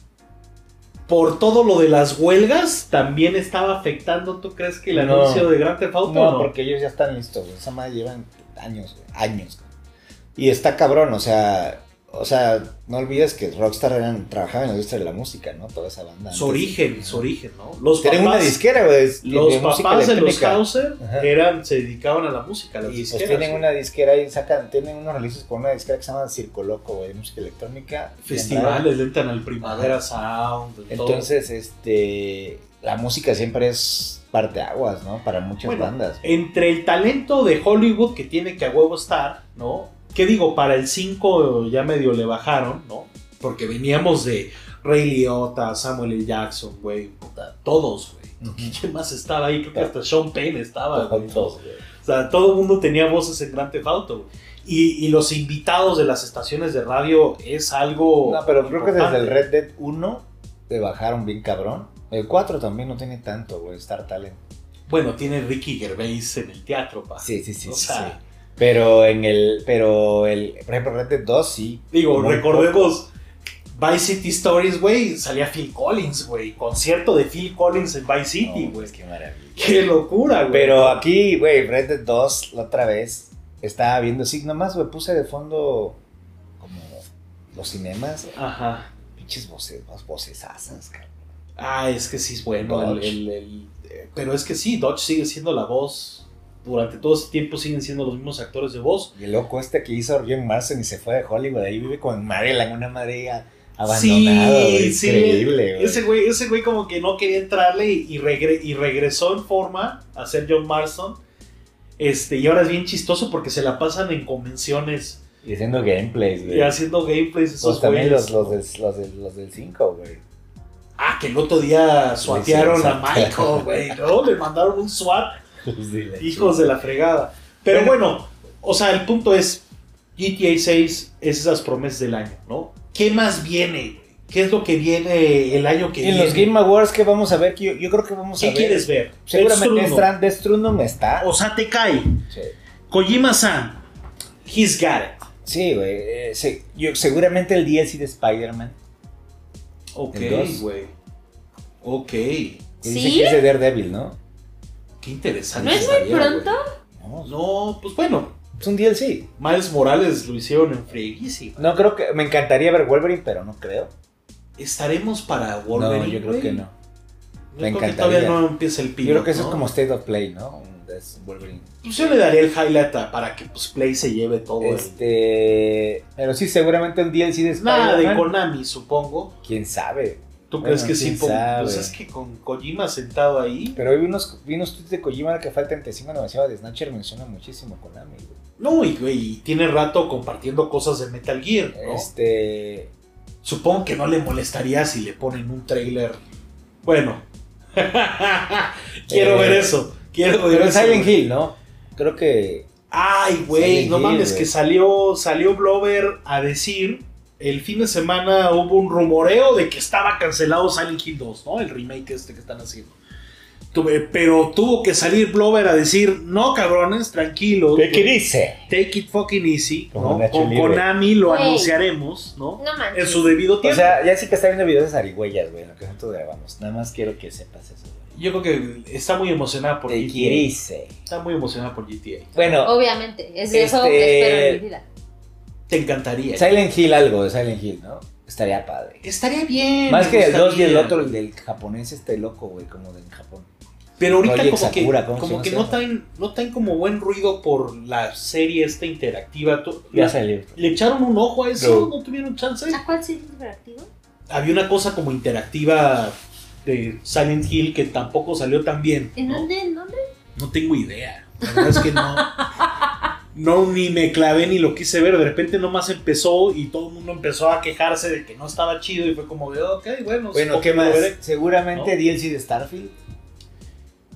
S1: por todo lo de las huelgas también estaba afectando, ¿tú crees que el
S2: No.
S1: anuncio de Grand Theft Auto?
S2: No,
S1: No,
S2: porque ellos ya están listos, güey. Esa madre llevan años, güey. Años. güey. Y está cabrón, o sea. O sea, no olvides que Rockstar eran, trabajaba en la industria de la música, ¿no? Toda esa banda. pues,
S1: Su origen, su origen, ¿no? Los
S2: Tienen una
S1: papás,
S2: disquera, güey. es-
S1: los
S2: música
S1: papás de los
S2: electrónica.
S1: Hauser
S2: Ajá.
S1: eran, se dedicaban a la música, a las
S2: Y pues
S1: disqueras,
S2: tienen
S1: güey.
S2: una disquera y sacan, tienen unos releases con una disquera que se llama Circo Loco, güey, de música electrónica.
S1: Festivales, le entran al Primavera Sound, todo.
S2: Entonces, este. La música siempre es parteaguas, ¿no? Para muchas
S1: Bueno,
S2: bandas.
S1: entre el talento de Hollywood que tiene que a huevo estar, ¿no? ¿Qué digo? Para el 5 ya medio le bajaron, ¿no? Porque veníamos de Ray Liotta, Samuel L. Jackson, güey, puta, todos, güey. ¿Quién más estaba ahí? Creo que hasta Sean Penn estaba, güey. ¿no?
S2: Todos, güey.
S1: O sea, todo el mundo tenía voces en Grand Theft Auto, güey. Y, y los invitados de las estaciones de radio es algo.
S2: No, pero creo que desde el
S1: importante.
S2: Red Dead 1 le bajaron bien cabrón. El 4 también no tiene tanto, güey, Star Talent.
S1: Bueno, tiene Ricky Gervais en el teatro, pa.
S2: Sí, sí, sí,
S1: O
S2: sí,
S1: sea,
S2: sí. Pero en el, pero el, por ejemplo, Red Dead 2 sí.
S1: Digo,
S2: Muy
S1: recordemos Vice City Stories, güey, salía Phil Collins, güey, concierto de Phil Collins en Vice
S2: poco.
S1: City,
S2: No,
S1: güey.
S2: pues, qué maravilla.
S1: Qué locura, güey.
S2: Pero aquí, güey, Red Dead 2, la otra vez, estaba viendo, sí, nomás, güey, puse de fondo como los cinemas, güey.
S1: Ajá.
S2: pinches voces, más voces asas, cabrón.
S1: Ah, es que sí es bueno. el-
S2: Dodge.
S1: el- el- eh, pero es que sí, Dodge sigue siendo la voz. Durante todo ese tiempo siguen siendo los mismos actores de voz.
S2: Y el loco este que hizo Jim Marsden y se fue de Hollywood, ahí vive con Marilyn, una madre abandonada, güey,
S1: sí.
S2: increíble, güey.
S1: Ese güey, ese güey como que no quería entrarle y, y regre- y regresó en forma a ser John Marston. Este, y ahora es bien chistoso porque se la pasan en convenciones
S2: Y haciendo gameplays, güey.
S1: y haciendo gameplays
S2: Pues
S1: esos
S2: también
S1: güeyes.
S2: los, los, del, los, del, los del 5, güey.
S1: Ah, que el otro día suatearon
S2: Sí, sí,
S1: a Michael, güey, ¿no? Le mandaron un SWAT,
S2: Pues
S1: hijos de la fregada. Pero bueno, o sea, el punto es, GTA 6 es esas promesas del año, ¿no? ¿Qué más viene? güey? ¿Qué es lo que viene el año que
S2: Y
S1: viene?
S2: en los Game Awards que vamos a ver, que yo, yo creo que vamos a
S1: ¿Qué
S2: ver.
S1: quieres ver?
S2: Seguramente
S1: Death
S2: Death
S1: Stranding. Oh.
S2: Strand- Death Stranding está.
S1: O sea, te cae.
S2: Sí.
S1: Kojima-san, he's got it.
S2: Sí, güey. eh, sí. Yo- seguramente el DLC de Spider-Man.
S1: Ok,
S2: El dos.
S1: güey. Ok. Qué
S2: que
S3: ¿Sí?
S2: Dicen que es de Daredevil, ¿no?
S1: interesante.
S3: ¿No es muy
S1: estaría, güey.
S3: pronto?
S2: No,
S1: No, pues bueno,
S2: Es un DLC.
S1: Miles Morales lo hicieron en frieguísima.
S2: No creo que. Me encantaría ver Wolverine, pero no creo.
S1: ¿Estaremos para
S2: no,
S1: Wolverine?
S2: yo creo
S1: güey?
S2: que no.
S1: Yo
S2: Me
S1: creo que todavía
S2: encantaría.
S1: no empieza el
S2: Yo
S1: piloto.
S2: creo que eso
S1: ¿no?
S2: es como State of Play, ¿no? Es Wolverine.
S1: Pues yo le daría el highlight a- para que pues, Play se lleve todo el.
S2: Este. Pero sí, seguramente un DLC de
S1: Nada de
S2: Spider-Man.
S1: Konami, supongo.
S2: Quién sabe.
S1: ¿Tú
S2: Bueno,
S1: crees que sí?
S2: quién
S1: Pon-
S2: sabe.
S1: Pues es que con Kojima sentado ahí.
S2: Pero hoy vi unos, vi unos tweets de Kojima que falta entre encima demasiado de Snatcher. Menciona muchísimo Konami, güey.
S1: No, y, güey, y tiene rato compartiendo cosas de Metal Gear, ¿no?
S2: Este.
S1: Supongo que no le molestaría si le ponen un trailer. Bueno. Quiero
S2: Eh,
S1: ver eso. Quiero ver
S2: Pero
S1: eso.
S2: Silent
S1: güey.
S2: Hill, ¿no? Creo que.
S1: Ay, güey,
S2: Silent
S1: no
S2: Hill,
S1: mames,
S2: güey.
S1: que salió, salió Blover a decir. El fin de semana hubo un rumoreo de que estaba cancelado Silent Hill 2, ¿no? El remake este que están haciendo. Tuve- pero tuvo que salir Blover a decir, no cabrones, tranquilos. güey,
S2: dice?
S1: Take it fucking easy,
S2: Como
S1: ¿no?
S2: Nacho
S1: Con
S2: Libre.
S1: Konami lo
S3: Güey.
S1: anunciaremos, ¿no?
S3: No manches.
S1: En su debido
S2: O
S1: tiempo.
S2: sea, ya sí que está viendo videos de zarigüeyas, güey, en lo que nosotros grabamos. Nada más quiero que sepas eso. güey.
S1: Yo creo que está muy emocionada por
S2: Te
S1: GTA.
S2: quirice.
S1: Está muy emocionada por GTA.
S2: Bueno,
S3: Obviamente, es
S2: Este-
S3: eso que espero en mi vida.
S1: Te encantaría.
S2: Silent Hill algo de Silent Hill, ¿no? Estaría padre.
S1: Estaría bien.
S2: Más
S1: me
S2: que el 2 y el
S1: gustaría.
S2: otro, el del japonés este loco, güey, como del Japón.
S1: Pero ahorita
S2: Project
S1: como
S2: Sakura,
S1: que,
S2: ¿cómo
S1: como
S2: se
S1: que
S2: llama?
S1: no traen, no traen como buen ruido por la serie esta interactiva. Tú-
S2: Ya
S1: la-
S2: salió.
S1: ¿Le echaron un ojo a eso?
S2: No.
S1: ¿No tuvieron chance?
S3: ¿A cuál sería interactivo?
S1: Había una cosa como interactiva de Silent Hill que tampoco salió tan bien.
S3: ¿En
S1: ¿no?
S3: dónde? ¿En dónde?
S1: No tengo idea. La verdad es que no. No, ni me clavé ni lo quise ver. De repente nomás empezó y todo el mundo empezó a quejarse de que no estaba chido. Y fue como de, ok, bueno.
S2: Bueno,
S1: supongo
S2: ¿qué
S1: que lo
S2: más?
S1: veré".
S2: Seguramente
S1: ¿No?
S2: DLC de Starfield.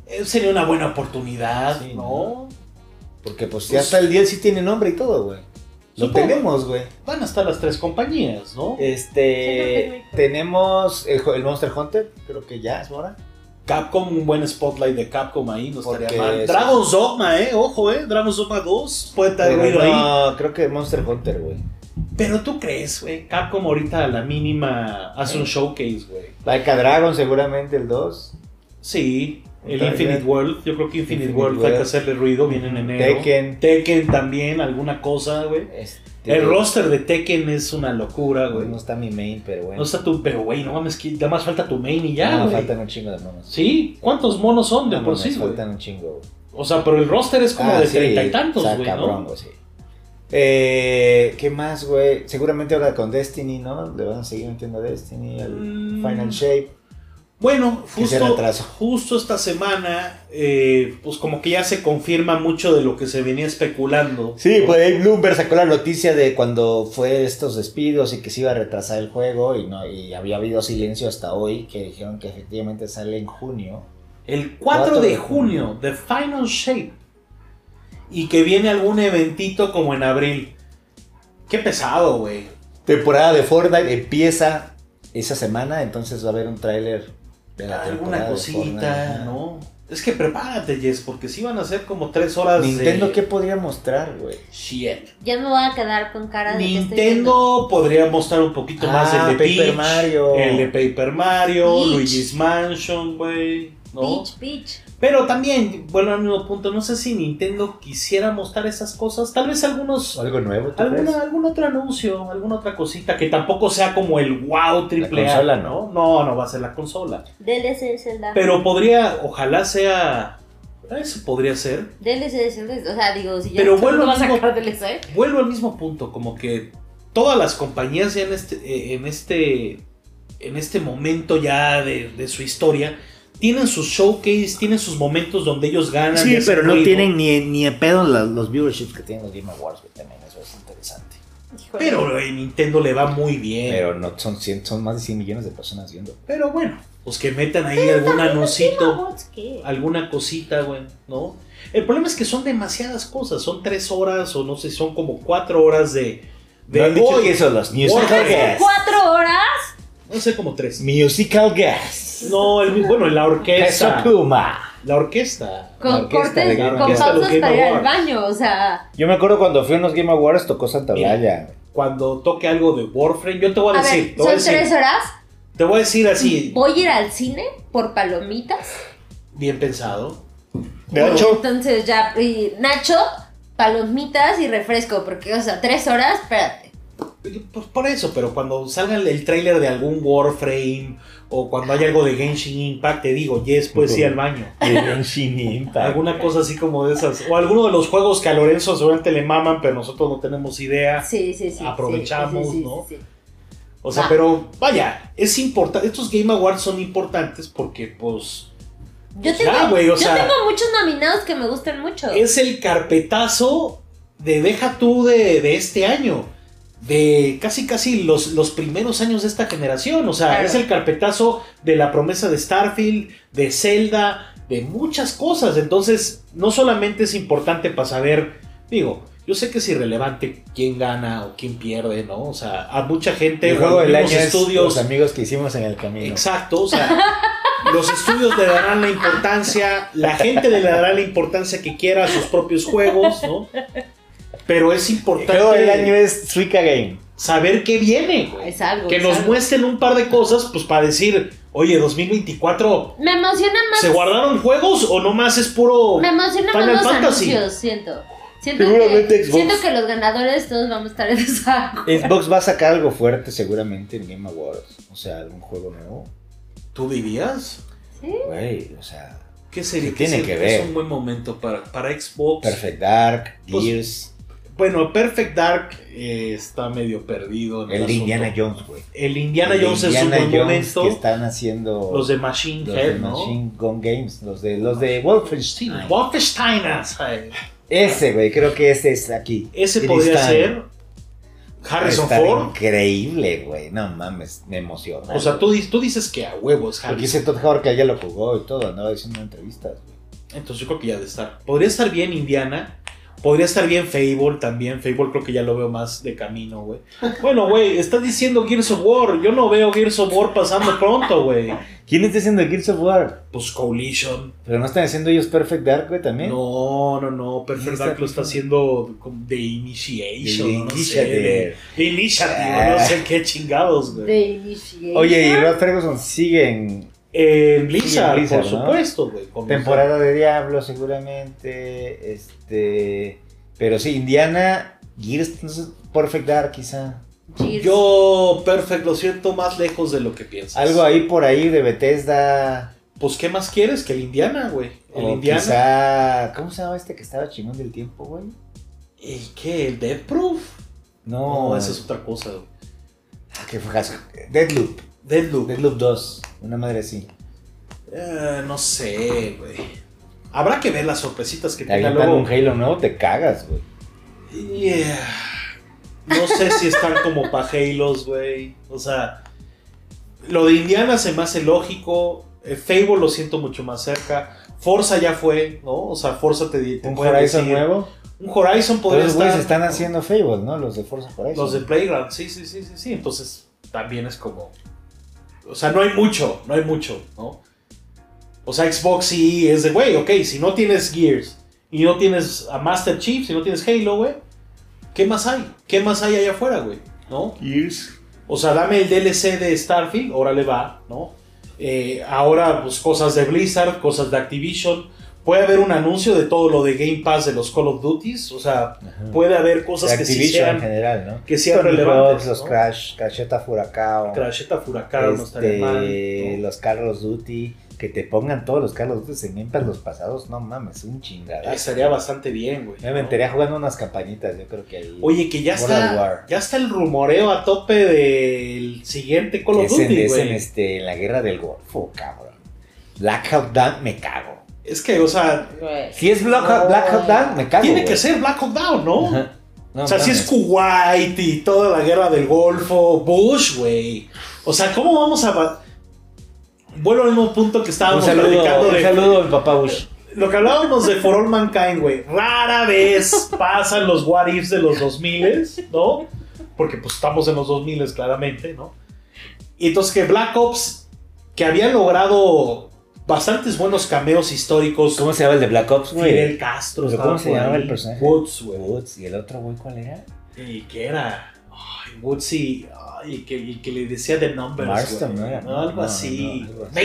S1: Eh, Sería una buena oportunidad,
S2: Sí,
S1: ¿no?
S2: Porque pues ya hasta el DLC tiene nombre y todo, güey. Lo
S1: Supongo.
S2: tenemos, güey.
S1: Van a estar las tres compañías, ¿no?
S3: Sí,
S2: Este.
S3: no tengo-
S2: Tenemos el, jo- el Monster Hunter, creo que ya es hora.
S1: Capcom, un buen spotlight de Capcom ahí, no estaría
S2: Porque
S1: mal.
S2: es-
S1: Dragon's Dogma, eh, ojo, eh, Dragon's Dogma 2 puede estar
S2: Pero
S1: ruido ahí.
S2: no, creo que Monster Hunter, güey.
S1: Pero tú crees, güey, Capcom ahorita a la mínima hace un showcase, güey.
S2: Like a Dragon, seguramente el 2.
S1: Sí, el
S2: Está
S1: Infinite
S2: bien.
S1: World, yo creo que Infinite,
S2: Infinite
S1: World, hay que
S2: World.
S1: hacerle ruido, viene en enero.
S2: Tekken.
S1: Tekken también, alguna cosa, güey.
S2: Este,
S1: El roster de Tekken es una locura, güey.
S2: No está mi main, pero bueno.
S1: No está tu, pero güey, no mames, que nada más falta tu main y ya,
S2: No,
S1: güey.
S2: faltan un chingo de monos. Ah,
S1: Sí, ¿cuántos monos son de
S2: No,
S1: por
S2: mames,
S1: sí, güey?
S2: faltan un chingo, güey.
S1: O sea, pero el roster es como
S2: Ah,
S1: de
S2: sí,
S1: treinta y tantos,
S2: está
S1: güey,
S2: cabrón,
S1: ¿no?
S2: güey, sí. Eh, ¿Qué más, güey? Seguramente ahora con Destiny, ¿no? Le van a seguir metiendo Destiny, al
S1: Mm.
S2: Final Shape.
S1: Bueno,
S2: Que se le
S1: justo,
S2: atrasó.
S1: justo esta semana, eh, pues como que ya se confirma mucho de lo que se venía especulando.
S2: Sí,
S1: ¿no?
S2: pues ahí Bloomberg sacó la noticia de cuando fue estos despidos y que se iba a retrasar el juego y no y había habido silencio hasta hoy que dijeron que efectivamente sale en junio.
S1: El 4,
S2: Cuatro
S1: de
S2: de
S1: junio, The Final Shape. Y que viene algún eventito como en abril. Qué pesado, güey.
S2: Temporada de Fortnite empieza esa semana, entonces va a haber un tráiler de la temporada
S1: Alguna
S2: de Fortnite,
S1: cosita,
S2: ajá.
S1: ¿no? Es que prepárate, Jess, porque si van a ser como tres horas
S2: Nintendo
S1: de...
S2: qué podría mostrar, güey.
S1: Shit.
S3: Ya me voy a quedar con cara de. que estoy viendo-
S1: Nintendo podría mostrar un poquito
S2: Ah,
S1: más el de
S2: Paper
S1: Peach,
S2: Mario.
S1: el de Paper Mario,
S3: Peach.
S1: Luigi's Mansion, güey, ¿no?
S3: Peach, Peach.
S1: Pero también, vuelvo al mismo punto, no sé si Nintendo quisiera mostrar esas cosas, tal vez algunos
S2: Algo nuevo, ¿tú crees?
S1: alguna, algún otro anuncio, alguna otra cosita que tampoco sea como el wow triple A,
S2: consola,
S1: ¿no? No, no va a ser la consola.
S3: DLC de Zelda.
S1: Pero podría, ojalá sea eso podría ser.
S3: DLC de Zelda. O sea, digo, si yo.
S1: Pero
S3: ¿tú
S1: bueno,
S3: no vas a
S1: amigo-
S3: sacar DLC.
S1: Vuelvo al mismo punto, como que todas las compañías ya en este, eh, en este, en este momento ya de, de su historia tienen sus showcase, tienen sus momentos donde ellos ganan. y
S2: Sí,
S1: hacen
S2: pero no
S1: ruido.
S2: tienen ni, ni a pedo la- los viewerships que tienen los Game Awards, güey, también eso es interesante.
S3: Híjole.
S1: Pero eh, Nintendo le va muy bien. Pero,
S2: Pero no son 100, son más de 100 millones de personas viendo.
S1: bueno, pues que metan ahí algún anuncito,
S3: Robots, ¿qué?
S1: alguna cosita, güey, ¿no? El problema es que son demasiadas cosas, son tres horas o no sé, son como cuatro horas de... de
S2: No han dicho
S1: "Oye,
S2: que eso, los
S1: Ojalá.
S2: musical gas.
S3: ¿Cuatro horas?
S1: No sé, como tres.
S2: Musical gas.
S1: No, el, bueno, la
S2: Peso
S1: orquesta.
S2: pluma.
S1: La orquesta.
S2: La
S3: Con
S2: orquesta
S3: cortes,
S2: de
S3: con
S2: Game Awards.
S1: Orquesta
S3: pausas
S1: de
S3: para ir
S1: Game
S3: al
S1: Awards.
S3: baño, o sea.
S2: Yo me acuerdo cuando fui a unos Game Awards tocó Santa
S1: Mira.
S2: Blaya.
S1: Cuando toque algo de Warframe, yo te voy a,
S3: A
S1: decir.
S3: ver,
S1: te, voy a
S3: son
S1: decir
S3: tres horas.
S1: te voy a decir así,
S3: Voy a ir al cine por palomitas.
S1: bien pensado.
S2: De hecho,
S3: Entonces ya, y Nacho, palomitas y refresco, porque, o sea, tres horas, espérate.
S1: Pues por eso, pero cuando salga el- el tráiler de algún Warframe o cuando hay algo de Genshin Impact, te digo, yes, pues sí al baño.
S5: De Genshin Impact.
S1: Alguna cosa así como de esas. O alguno de los juegos que a Lorenzo seguramente le maman, pero nosotros no tenemos idea.
S3: Sí, sí, sí.
S1: Aprovechamos,
S3: sí, sí, sí,
S1: ¿no?
S3: sí, sí.
S1: O sea,
S3: Ah.
S1: pero vaya, es importante. Estos Game Awards son importantes porque, pues,
S3: Yo,
S1: Pues
S3: tengo,
S1: ya, güey, o
S3: yo
S1: sea-
S3: tengo muchos nominados que me gustan mucho.
S1: es el carpetazo de deja tú de, de este año. De casi casi los, los primeros años de esta generación. O sea,
S3: Claro.
S1: es el carpetazo de la promesa de Starfield, de Zelda, de muchas cosas. Entonces, no solamente es importante para saber, digo, yo sé que es irrelevante quién gana o quién pierde, ¿no? O sea, a mucha gente,
S2: El juego
S1: a
S2: del
S1: los
S2: año es
S1: estudios,
S2: los amigos que hicimos en el camino.
S1: Exacto, o sea, los estudios le darán la importancia, la gente le dará la importancia que quiera a sus propios juegos, ¿no? Pero es
S2: El juego del año
S1: importante
S2: es Suica Game.
S1: saber qué viene, güey.
S3: Es algo.
S1: Que
S3: es
S1: nos
S3: algo.
S1: muestren un par de cosas, pues para decir, oye, 2024,
S3: Me emociona más.
S1: ¿se guardaron juegos o nomás es puro...
S3: Me emociona más
S1: Final
S3: los
S1: Fantasy.
S3: anuncios, siento. Siento
S5: Seguramente
S3: que,
S5: Xbox.
S3: siento que los ganadores todos vamos a estar en esa.
S2: Xbox va a sacar algo fuerte seguramente en Game Awards. O sea, algún juego nuevo.
S1: ¿Tú dirías?
S2: Güey, o sea,
S1: ¿Qué sería?
S2: Se tiene
S1: ¿Qué sería?
S2: que ver.
S1: Es un buen momento para, para Xbox.
S2: Perfect Dark,
S1: Pues,
S2: Gears,
S1: Bueno, Perfect Dark eh, está medio perdido. en
S2: el de
S1: asunto.
S2: Indiana Jones, güey.
S1: El Indiana
S2: El de
S1: Jones es un
S2: Indiana
S1: buen
S2: Jones
S1: momento.
S2: Que están haciendo
S1: Los de Machine
S2: los
S1: Head,
S2: de
S1: ¿no? Ah,
S2: Machine Gun Games, los de, los de Wolfenstein.
S1: Wolfenstein. ay.
S2: Ese, güey, creo que ese es aquí.
S1: Ese
S2: Cristán.
S1: podría ser Harrison
S2: Está
S1: Ford.
S2: Increíble, güey. No mames, me emociona.
S1: O sea, tú, di- tú dices que a huevos,
S2: Porque
S1: Harrison.
S2: ese Todd Howard que ya lo jugó y todo, andaba haciendo entrevistas, güey.
S1: Entonces yo creo que ya de estar. Podría estar bien Indiana. Podría estar bien Fable también. Fable creo que ya lo veo más de camino, güey. Bueno, güey, estás diciendo Gears of War. Yo no veo Gears of War pasando pronto, güey.
S2: ¿Quién está haciendo Gears of War?
S1: Pues Coalition.
S2: Pero no están haciendo ellos Perfect Dark, güey, también.
S1: No, no, no.
S2: ¿Quién
S1: Perfect
S2: ¿Eh? está
S1: Dark lo está haciendo como de Initiation.
S2: De
S1: no sé,
S2: Initiative.
S1: de Initiative. No sé qué chingados, güey.
S3: De Initiation.
S2: Oye, y Rod Ferguson sigue en
S1: En Blizzard,
S2: en Blizzard,
S1: Eh, por
S2: ¿no?
S1: supuesto, güey. con
S2: temporada de Diablo, seguramente. Este. Pero sí, Indiana, Gears, entonces, Perfect Dark, quizá.
S3: Gears.
S1: Yo, perfecto, lo siento más lejos de lo que piensas.
S2: Algo ahí por ahí de Bethesda.
S1: Pues, ¿qué más quieres que el Indiana, güey? El
S2: o
S1: Indiana.
S2: quizá. ¿Cómo se llama este que estaba chingón del tiempo, güey?
S1: ¿El qué? ¿El Death Proof?
S2: No, eh.
S1: No, esa es otra cosa, güey.
S2: Ah, ¿Qué fue? Hask- Deadloop.
S1: Deathloop.
S2: Deadloop 2. Una madre así.
S1: Eh, no sé, güey. Habrá que ver las sorpresitas que
S2: Te
S1: tenga
S2: avientan
S1: luego.
S2: un Halo nuevo, te cagas, güey.
S1: Yeah. No sé si están como pa' Halos, güey. O sea, lo de Indiana se me hace lógico. Eh, Fable lo siento mucho más cerca. Forza ya fue, ¿no? O sea, Forza te, te
S2: Un
S1: puede
S2: Horizon
S1: decir-
S2: nuevo.
S1: Un Horizon podría
S2: Los güeyes
S1: estar.
S2: están haciendo Fable, ¿no? Los de Forza Horizon.
S1: Los de Playground, sí, sí, sí, sí, sí. Entonces, también es como. O sea, no hay mucho, no hay mucho, ¿no? O sea, Xbox sí es de, güey, ok, si no tienes Gears y no tienes a Master Chief, si no tienes Halo, güey, ¿qué más hay? ¿Qué más hay allá afuera, güey? ¿No?
S5: Gears.
S1: O sea, dame el DLC de Starfield, ahora le va, ¿no? Eh, ahora, pues cosas de Blizzard, cosas de Activision. Puede haber un anuncio de todo lo de Game Pass de los Call of Duties. O sea,
S2: Ajá.
S1: puede haber cosas
S2: De
S1: que sí
S2: Activision en
S1: sean.
S2: general, ¿no?
S1: que sean
S2: Tony
S1: relevantes,
S2: Hawk, los
S1: ¿no?
S2: Crash, Cacheta Furacao,
S1: Crasheta Furacán no estaría mal.
S2: este,
S1: ¿no?
S2: los Carlos Duty, que te pongan todos los Carlos Duty en Game Pass los pasados, no mames, un chingadazo.
S1: Estaría bastante bien, güey.
S2: Me metería jugando unas campañitas, yo creo que ahí.
S1: Oye, que ya
S2: World at
S1: está,
S2: War.
S1: ya está el rumoreo a tope del siguiente Call of
S2: es en,
S1: Duty,
S2: es en
S1: güey. Es,
S2: este, en la guerra del Golfo, cabrón. Blackout Down, me cago.
S1: que, o sea,
S3: Güey.
S2: Si es Blackout, Blackout Down, me cago.
S1: tiene
S2: güey.
S1: que ser Black Hawk Down, ¿no?
S2: Ajá. No
S1: o sea, si es
S2: mames.
S1: Kuwait y toda la guerra del Golfo, Bush, güey. O sea, ¿cómo vamos a... va- Vuelvo al mismo punto que
S2: un
S1: estábamos
S2: saludo,
S1: platicando
S2: un
S1: de...
S2: saludo al papá Bush.
S1: Lo que hablábamos de For All Mankind, güey. Rara vez pasan los what ifs de los 2000, ¿no? Porque pues estamos en los 2000 claramente, ¿no? Y entonces que Black Ops, que había logrado bastantes buenos cameos históricos.
S2: ¿Cómo se llama el de Black Ops, güey?
S1: Fidel Castro.
S2: ¿Pero
S1: estaba
S2: cómo se
S1: por
S2: llamaba
S1: ahí.
S2: el personaje?
S1: Woods, güey.
S2: Woods, ¿Y el otro güey cuál era?
S1: ¿Y qué era? Ay, Woods y... ay, y que, y que le decía The Numbers,
S2: Marston,
S1: güey.
S2: ¿no era?
S1: Algo
S2: No,
S1: así.
S2: no, algo así.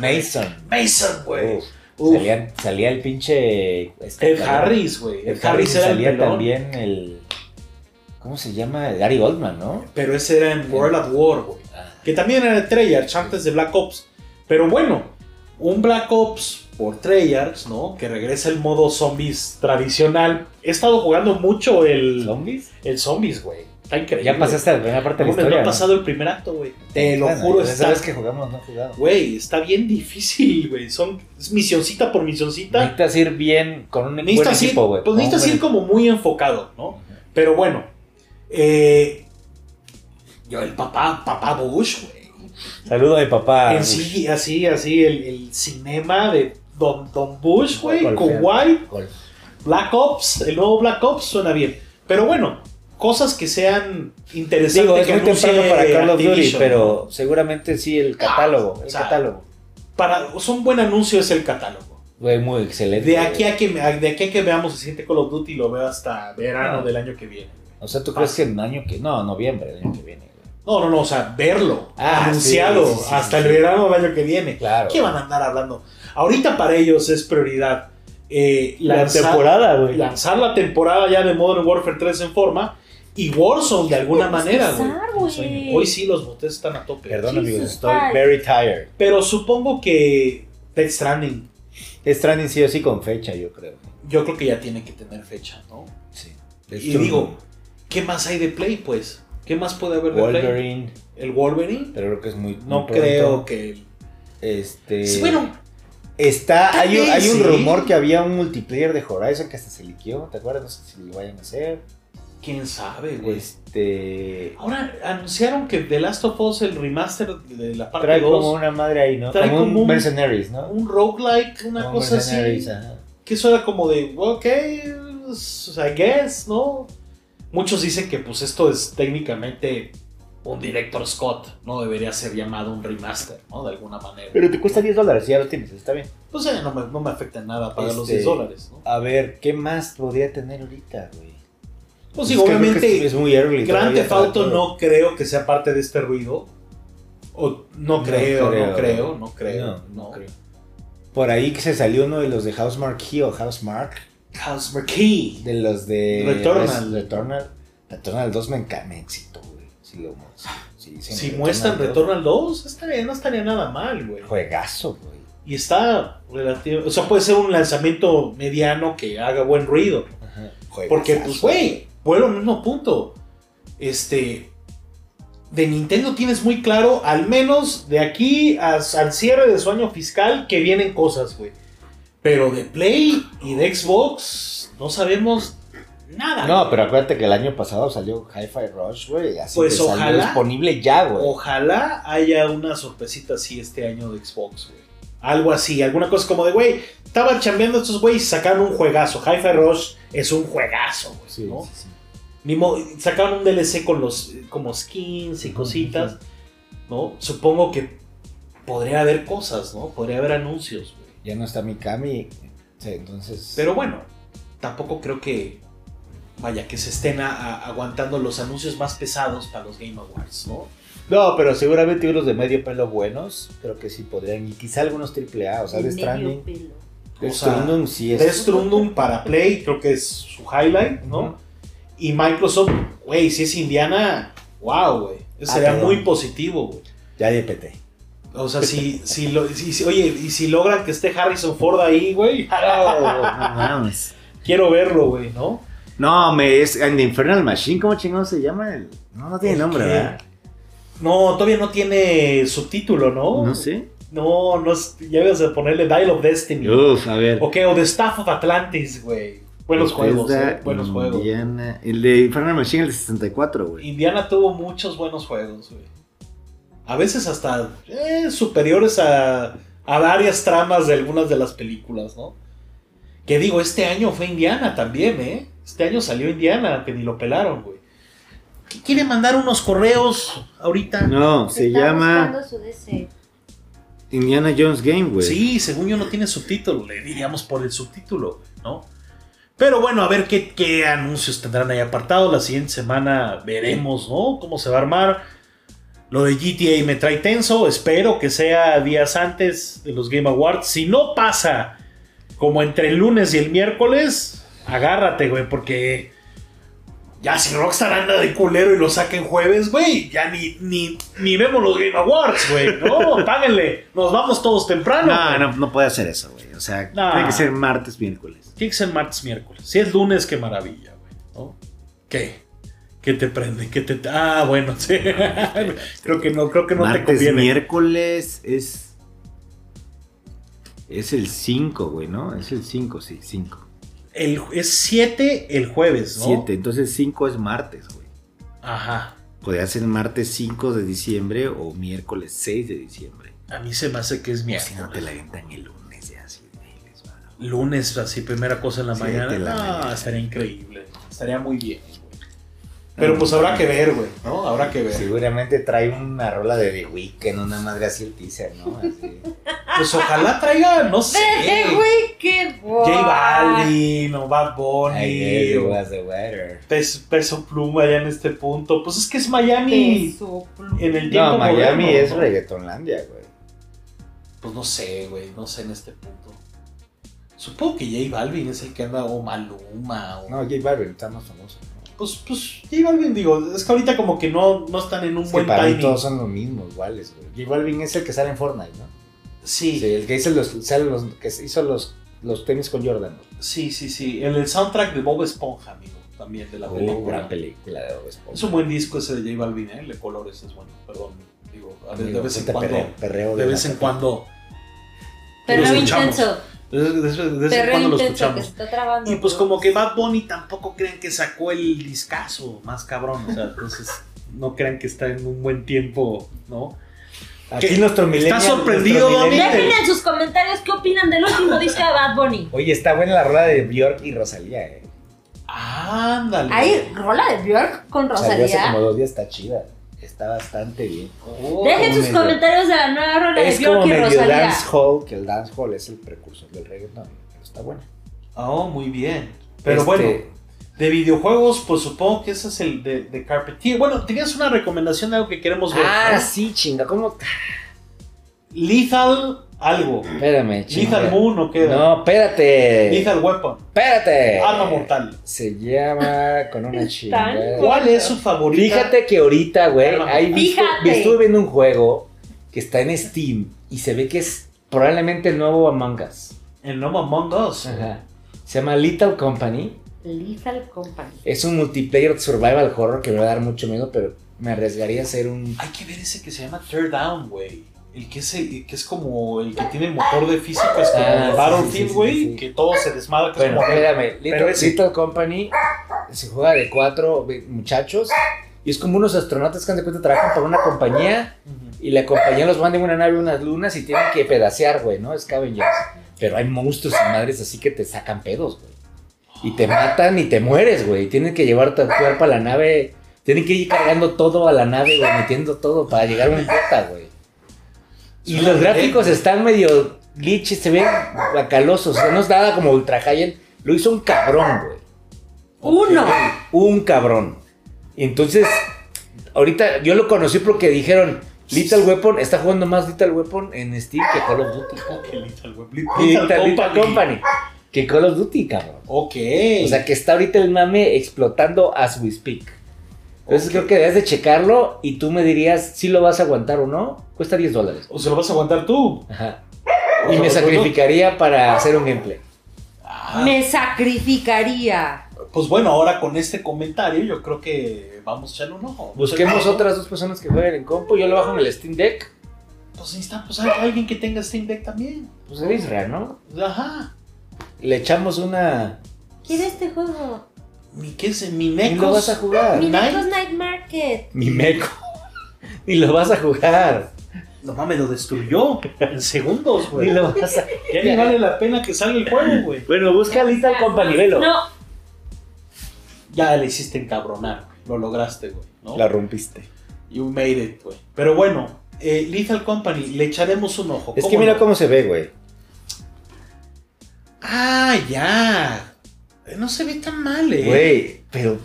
S1: Mason.
S2: Mason.
S1: Mason, güey.
S2: Uf.
S1: Uf.
S2: Salía, salía el pinche. este
S1: Ed
S2: cabrón.
S1: Harris, güey.
S2: Ed Harris
S1: era el
S2: salía
S1: pelón,
S2: también el. ¿Cómo se llama? Gary Goldman, ¿no?
S1: Pero ese era en World at War, güey. Que también era de Treyarch antes de Black Ops. Pero bueno, un Black Ops por Treyarch, ¿no? Que regresa el modo zombies tradicional. He estado jugando mucho el,
S2: ¿Zombies?
S1: el zombies, güey. Está increíble.
S2: Ya pasaste la primera parte de la
S1: No, me-
S2: historia.
S1: no
S2: ¿no?
S1: ha pasado el primer acto, güey. Te lo
S2: Bueno,
S1: juro,
S2: pues,
S1: está...
S2: Sabes que jugamos, no jugamos.
S1: Güey, está bien difícil, güey. Son es misioncita por misioncita.
S2: Necesitas ir bien con un buen
S1: Necesitas ir,
S2: equipo, güey.
S1: pues
S2: con un
S1: necesitas
S2: buen
S1: ir como muy enfocado, ¿no? Pero bueno, eh, yo el papá, papá Bush, güey.
S2: Saludo de papá.
S1: en sí, así, así, el, el cinema de Don, Don Bush, güey,
S2: Golpeado.
S1: con White,
S2: Gol.
S1: Black Ops, el nuevo Black Ops suena bien. Pero bueno, cosas que sean interesantes.
S2: Digo, es
S1: que
S2: muy
S1: anuncie
S2: temprano para Call of Duty,
S1: Activision.
S2: pero seguramente sí el catálogo.
S1: o
S2: El
S1: sea,
S2: catálogo.
S1: Para, es un buen anuncio es el catálogo.
S2: Güey, muy excelente.
S1: De
S2: güey.
S1: aquí a que, me- de aquí a que veamos el siguiente Call of Duty lo veo hasta verano
S2: Ah.
S1: del año que viene.
S2: O sea, ¿tú crees que en año que.? No, noviembre, el año que viene. güey.
S1: No, no, no, o sea, verlo
S2: Ah,
S1: anunciado
S2: sí, sí, sí,
S1: hasta
S2: sí.
S1: el verano del año que viene.
S2: Claro.
S1: ¿Qué van a andar hablando? Ahorita para ellos es prioridad eh, lanzar-
S2: güey.
S1: lanzar la temporada ya de Modern Warfare 3 en forma y Warzone de alguna manera, güey.
S3: Pasar, güey.
S1: Hoy sí los botes están a tope.
S2: Perdón,
S3: Jesus
S2: amigos, estoy
S3: Christ.
S2: very tired.
S1: Pero supongo que Death Stranding,
S2: Es Stranding sí o sí con fecha, yo creo.
S1: yo creo que ya tiene que tener fecha, ¿no?
S2: Sí.
S1: Y digo, ¿qué más hay de Play, pues? ¿Qué más puede haber de Play?
S2: Wolverine,
S1: ¿El Wolverine?
S2: pero creo que es muy. muy
S1: No
S2: pronto.
S1: creo que...
S2: Este.
S1: Sí, bueno,
S2: Está,
S1: Tal
S2: hay, un-
S1: vez,
S2: hay un
S1: sí.
S2: rumor que había un multiplayer de Horizon que hasta se liqueó, ¿te acuerdas? No sé si lo vayan a hacer.
S1: quién sabe, güey.
S2: Pues, Este.
S1: Ahora anunciaron que The Last of Us, el remaster de la parte
S2: Trae
S1: 2,
S2: como una madre ahí, ¿no?
S1: Trae
S2: Como,
S1: como
S2: un
S1: un-
S2: Mercenaries, ¿no?
S1: un roguelike, una
S2: Como un
S1: cosa así.
S2: Mercenaries, ajá.
S1: Que eso era como de, ok, s- I guess, ¿no? Muchos dicen que pues esto es técnicamente un director Scott, no debería ser llamado un remaster, ¿no? De alguna manera.
S2: Pero te cuesta 10 dólares, ya lo tienes, está bien.
S1: Pues eh, no, me, no me afecta en nada pagar los
S2: Este-
S1: 10 dólares, ¿no?
S2: A ver, ¿qué más podría tener ahorita, güey?
S1: Pues
S2: Es
S1: digo,
S2: que creo que
S1: obviamente,
S2: es, es muy early.
S1: Gran
S2: todavía
S1: Theft
S2: para
S1: Auto
S2: todo.
S1: no creo que sea parte de este ruido. O, no,
S2: No
S1: creo, no
S2: creo.
S1: creo, no creo, no,
S2: creo. Por ahí que se salió uno de los de Housemark Key o Housemark.
S1: House McKee.
S2: De los de.
S1: Returnal.
S2: Res- Returnal. Returnal 2 me, enca- me excitó, güey. Si lo mo- sí, sí,
S1: Si
S2: Returnal
S1: muestran
S2: 2,
S1: Retorno al 2, estaría, no estaría nada mal, güey.
S2: Juegazo, güey.
S1: Y está relativo. O sea, puede ser un lanzamiento mediano que haga buen ruido.
S2: Ajá, juegazazo.
S1: Porque, pues, güey, vuelvo al mismo punto. Este. De Nintendo tienes muy claro, al menos de aquí a- al cierre de su año fiscal, que vienen cosas, güey. Pero de Play y de Xbox no sabemos nada.
S2: No,
S1: güey.
S2: pero acuérdate que el año pasado salió Hi-Fi Rush, güey. Así
S1: Pues
S2: que salió
S1: ojalá.
S2: disponible ya, güey.
S1: Ojalá haya una sorpresita así este año de Xbox, güey. Algo así, alguna cosa como de, güey, estaban chambeando estos güeyes y sacaron un juegazo. Hi-Fi Rush es un juegazo, güey.
S2: Sí,
S1: ¿no?
S2: sí, sí.
S1: Ni mo- sacaron un DLC con los eh, como skins y
S2: Ujú,
S1: cositas, ¿no? Supongo que podría haber cosas, ¿no? Podría haber anuncios, güey.
S2: Ya no está Mikami. Sí, entonces.
S1: Pero bueno, tampoco creo que, vaya, que se estén a- a- aguantando los anuncios más pesados para los Game Awards, ¿no?
S2: No, pero seguramente unos de medio pelo buenos. Creo que sí podrían. Y quizá algunos triple A, o sea, de
S3: En medio
S2: Stranding.
S3: pelo.
S1: O
S2: Death
S1: sea,
S2: Stranding sí es.
S1: Destrundum para Play, creo que es su highlight, ¿no?
S2: Ujú.
S1: Y Microsoft, güey, si es Indiana, wow, güey. Eso
S2: Ah,
S1: sería
S2: perdón.
S1: muy positivo, güey.
S2: Ya DPT.
S1: O sea, si, si, lo- si- si- oye, y si logran que esté Harrison Ford ahí, güey, quiero verlo, güey, ¿no?
S2: No, me es en The Infernal Machine, ¿cómo chingón se llama? el- No, no tiene
S1: ¿El
S2: nombre,
S1: qué?
S2: ¿verdad?
S1: No, todavía no tiene subtítulo, ¿no?
S2: No sé.
S1: No, no es- ya debes de ponerle Dial of Destiny.
S2: Uf, a ver.
S1: Ok, o The Staff of Atlantis, güey. Buenos juegos,
S2: Bethesda,
S1: eh, buenos juegos.
S2: Indiana- El de Infernal Machine, el de 64, güey.
S1: Indiana tuvo muchos buenos juegos, güey. A veces hasta eh, superiores a, a varias tramas de algunas de las películas, ¿no? Que digo, este año fue Indiana también, ¿eh? Este año salió Indiana, que ni lo pelaron, güey. ¿Qué quiere mandar unos correos ahorita?
S2: No, se
S3: Está
S2: llama
S3: buscando su DC.
S2: Indiana Jones Game, güey.
S1: Sí, según yo no tiene subtítulo, le diríamos por el subtítulo, ¿no? Pero bueno, a ver qué, qué anuncios tendrán ahí apartados. La siguiente semana veremos, ¿no? Cómo se va a armar. Lo de GTA me trae tenso. Espero que sea días antes de los Game Awards. Si no pasa como entre el lunes y el miércoles, agárrate, güey, porque ya si Rockstar anda de culero y lo saca en jueves, güey, ya ni, ni, ni vemos los Game Awards, güey. No, páguenle, nos vamos todos temprano.
S5: No,
S1: güey.
S5: no, no puede hacer eso, güey. O sea,
S1: No.
S5: tiene que ser martes, miércoles.
S1: Tiene que ser martes, miércoles. Si es lunes, qué maravilla, güey. ¿no? ¿Qué? ¿Qué te prende? ¿Qué te.? Ah, bueno, sí. creo que no, creo que no te
S5: martes,
S1: conviene.
S5: miércoles es. Es el 5, güey, ¿no? Es el 5, sí, 5.
S1: El- es 7 el jueves, ¿no?
S5: 7, entonces 5 es martes, güey.
S1: Ajá.
S5: Podría ser martes 5 de diciembre o miércoles 6 de diciembre.
S1: A mí se me hace que es
S5: O si no te
S1: miércoles.
S5: la aventan el lunes, ya así, güey, les va.
S1: Lunes, así, primera cosa en la
S5: Sí,
S1: mañana.
S5: te la
S1: Ah,
S5: metes.
S1: estaría increíble. Estaría muy bien, güey. Pero pues habrá que ver, güey, ¿no? Habrá que ver.
S2: Seguramente trae una rola de The Weeknd, una madre así el teaser, ¿no? Así.
S1: Pues ojalá traiga, no sé.
S3: Ve, güey, qué guay.
S1: J Balvin o Bad Bunny.
S2: I guess it
S1: o-
S2: was the weather.
S1: Pes- peso pluma ya en este punto. Pues es que es Miami.
S3: Peso
S1: En el tiempo
S2: No, Miami
S1: moderno,
S2: es
S1: ¿no?
S2: reggaetonlandia, güey.
S1: Pues no sé, güey, no sé en este punto. Supongo que J Balvin es el que anda o Maluma o...
S2: No, J Balvin está más famoso. ¿no?
S1: Pues, pues J Balvin, digo, es que ahorita como que no, no están en un
S2: Es que
S1: buen
S2: para mí
S1: timing.
S2: todos son los mismos, iguales, güey. J Balvin es el que sale en Fortnite, ¿no?
S1: Sí,
S2: Sí,
S1: sí,
S2: el que hizo los, sale los, que hizo los, los tenis con Jordan. güey.
S1: sí, sí, En el soundtrack de Bob Esponja, amigo, también de la
S2: Uh,
S1: película.
S2: gran película de Bob Esponja.
S1: Es un buen disco ese de J Balvin, ¿eh? El de colores es bueno, perdón. Digo, a veces- de
S2: Amigo,
S1: vez en
S2: ponte
S1: cuando...
S2: perreo- perreo
S1: De
S2: la
S1: vez en
S2: tapa.
S1: cuando...
S3: Pero
S1: Los escuchamos.
S3: intenso.
S1: De vez, de vez en
S3: Pero
S1: cuando lo
S3: intenso que
S1: escuchamos.
S3: se está trabando.
S1: Y pues como que Bad Bunny tampoco crean que sacó el discazo más cabrón. O sea, entonces no crean que está en un buen tiempo, ¿no?
S2: Aquí
S1: ¿Qué?
S2: nuestro millennial.
S1: ¿Estás sorprendido,
S2: nuestro
S1: Dani?
S2: millennial-
S3: Dejen en sus comentarios qué opinan del último disco de Bad Bunny.
S2: Oye, está buena la rola de Bjork y Rosalía, eh.
S1: Ándale.
S3: ¿Hay rola de Björk con
S2: Salió hace
S3: Rosalía?
S2: como dos días, está chida. Está bastante bien.
S1: Oh,
S3: Dejen sus
S2: medio-
S3: comentarios de la nueva rola de
S2: Es como
S3: Björk y
S2: medio
S3: Rosalía.
S2: dancehall, que el dancehall es el precursor del reggaetón. Pero está bueno.
S1: Oh, muy bien. Pero
S2: Este,
S1: bueno, de videojuegos, pues supongo que ese es el de, de Carpetier. Bueno, tenías una recomendación de algo que queremos ver.
S2: Ah,
S1: ¿no?
S2: sí, chinga. ¿Cómo?
S1: Lethal algo.
S2: Espérame, chinga.
S1: Lethal Moon o qué?
S2: No, Eh. espérate.
S1: Lethal Weapon.
S2: Espérate.
S1: Arma mortal.
S2: Se llama con una
S3: guay.
S2: chingada.
S1: ¿Cuál es su favorita?
S2: Eh. Fíjate que ahorita, güey,
S1: Arma
S2: hay visto-
S3: Fíjate.
S2: estuve viendo un juego que está en Steam y se ve que es probablemente el nuevo Among Us.
S1: El No Among Us.
S2: Ajá. Se llama Little Company.
S3: Lethal Company.
S2: Es un multiplayer survival horror que me va a dar mucho miedo, pero me arriesgaría a hacer un.
S1: Hay que ver ese que se llama Teardown, güey. El que, es, el que es como el que tiene el motor de físicas como
S2: Ah, sí, sí, sí,
S1: Battlefield,
S2: sí,
S1: güey.
S2: sí.
S1: Que todo se desmadra. Que
S2: Bueno,
S1: es como...
S2: espérame. Little,
S1: ese-
S2: Little Company se juega de cuatro ve- muchachos y es como unos astronautas que han de cuenta trabajan para una compañía
S1: Ujú.
S2: Y la compañía los manda en una nave a unas lunas y tienen que pedacear, güey, ¿no? Scavengers. Pero hay monstruos y madres así que te sacan pedos, güey. Y te matan y te mueres, güey. Tienen que llevar tu cuerpo a la nave. Tienen que ir cargando todo a la nave, güey, metiendo todo para llegar a un puerta, güey. Y los gráficos están medio glitches, se ven bacalosos. O sea, no es nada como Ultra High. Lo hizo un cabrón, güey
S3: Uno.
S2: un cabrón. Entonces, ahorita yo lo conocí porque dijeron, Little Weapon, está jugando más Little Weapon en Steam que Call of Duty. cabrón.
S1: Que Lethal, güey.
S2: Little,
S1: Lethal
S2: Little
S1: Company.
S2: Company. Que Call of Duty, cabrón.
S1: Ok.
S2: O sea, que está ahorita el mame explotando as we speak. Entonces
S1: Ok.
S2: creo que debes de checarlo y tú me dirías si lo vas a aguantar o no. Cuesta 10 dólares.
S1: ¿O se lo vas a aguantar tú?
S2: Ajá.
S1: O
S2: Y
S1: sea,
S2: me
S1: pues,
S2: sacrificaría para hacer un gameplay.
S1: Ah,
S3: Me sacrificaría.
S1: Pues bueno, ahora con este comentario yo creo que vamos a echarle un ojo.
S2: Busquemos otras dos personas que jueguen en compo. Yo lo bajo en el Steam Deck.
S1: Pues necesitamos a alguien que tenga Steam Deck también.
S2: Pues de Israel, ¿no?
S1: Ajá.
S2: Le echamos una
S3: ¿Quién es este juego?
S1: Mi qué es mi
S2: Ni lo
S1: Necos.
S2: vas a jugar.
S1: Ni-
S3: Minecraft Night Market.
S2: Mi meco. Ni lo vas a jugar.
S1: No mames, lo destruyó en segundos,
S2: Ni
S1: güey.
S2: lo vas a.
S1: Ya ni vale la pena que salga el juego, güey.
S2: Bueno, busca Little Company, velo.
S3: No,
S1: Ya le hiciste encabronar, güey. lo lograste, güey, ¿no?
S2: rompiste.
S1: You made it, güey. Pero bueno, eh, Lethal Company, le echaremos un ojo.
S2: Es
S1: ¿cómo
S2: que mira
S1: no?
S2: cómo se ve, güey.
S1: Ah, ya. Eh, No se ve tan mal, eh.
S2: Güey, pero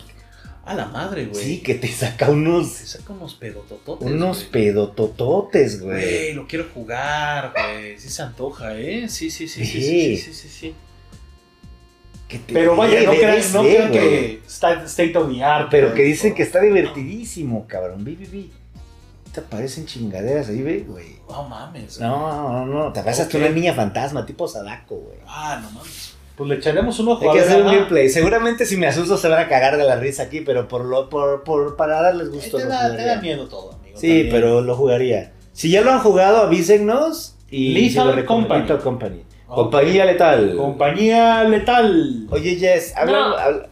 S1: A la madre, güey.
S2: sí que te saca unos.
S1: Se saca unos pedotototes.
S2: Unos
S1: güey.
S2: pedotototes, güey.
S1: Güey, lo quiero jugar, güey. Sí se antoja, ¿eh? Sí, sí, sí, sí,
S2: Sí.
S1: sí, sí, sí, sí.
S2: que te-
S1: Pero vaya, no
S2: debes
S1: crean, no
S2: de,
S1: crean
S2: güey. Ah,
S1: que está state of the art.
S2: Pero
S1: güey.
S2: que dicen que está divertidísimo, cabrón. Vi, vi, vi. Te aparecen chingaderas ahí, ve, güey.
S1: No mames.
S2: No, no, no. Te pasas tú
S1: Ok.
S2: una niña fantasma, tipo Sadako, güey.
S1: Ah, no mames. Pues le echaremos un ojo.
S2: Hay
S1: a
S2: que
S1: ver, ah,
S2: hacer un
S1: ajá.
S2: gameplay. Seguramente si me asusto se van a cagar de la risa aquí, pero por lo, por, por, para darles
S1: Eh,
S2: gusto.
S1: Te
S2: lo
S1: da, te
S2: jugaría.
S1: da miedo todo, amigo.
S2: Sí,
S1: también.
S2: pero lo jugaría. Si ya lo han jugado, avísennos. Y
S1: Lethal
S2: si lo recom-
S1: Company.
S2: Lethal Company.
S1: Ok.
S2: Compañía letal.
S1: Compañía letal.
S2: Oye, Jess, habla.
S3: No.
S2: habla-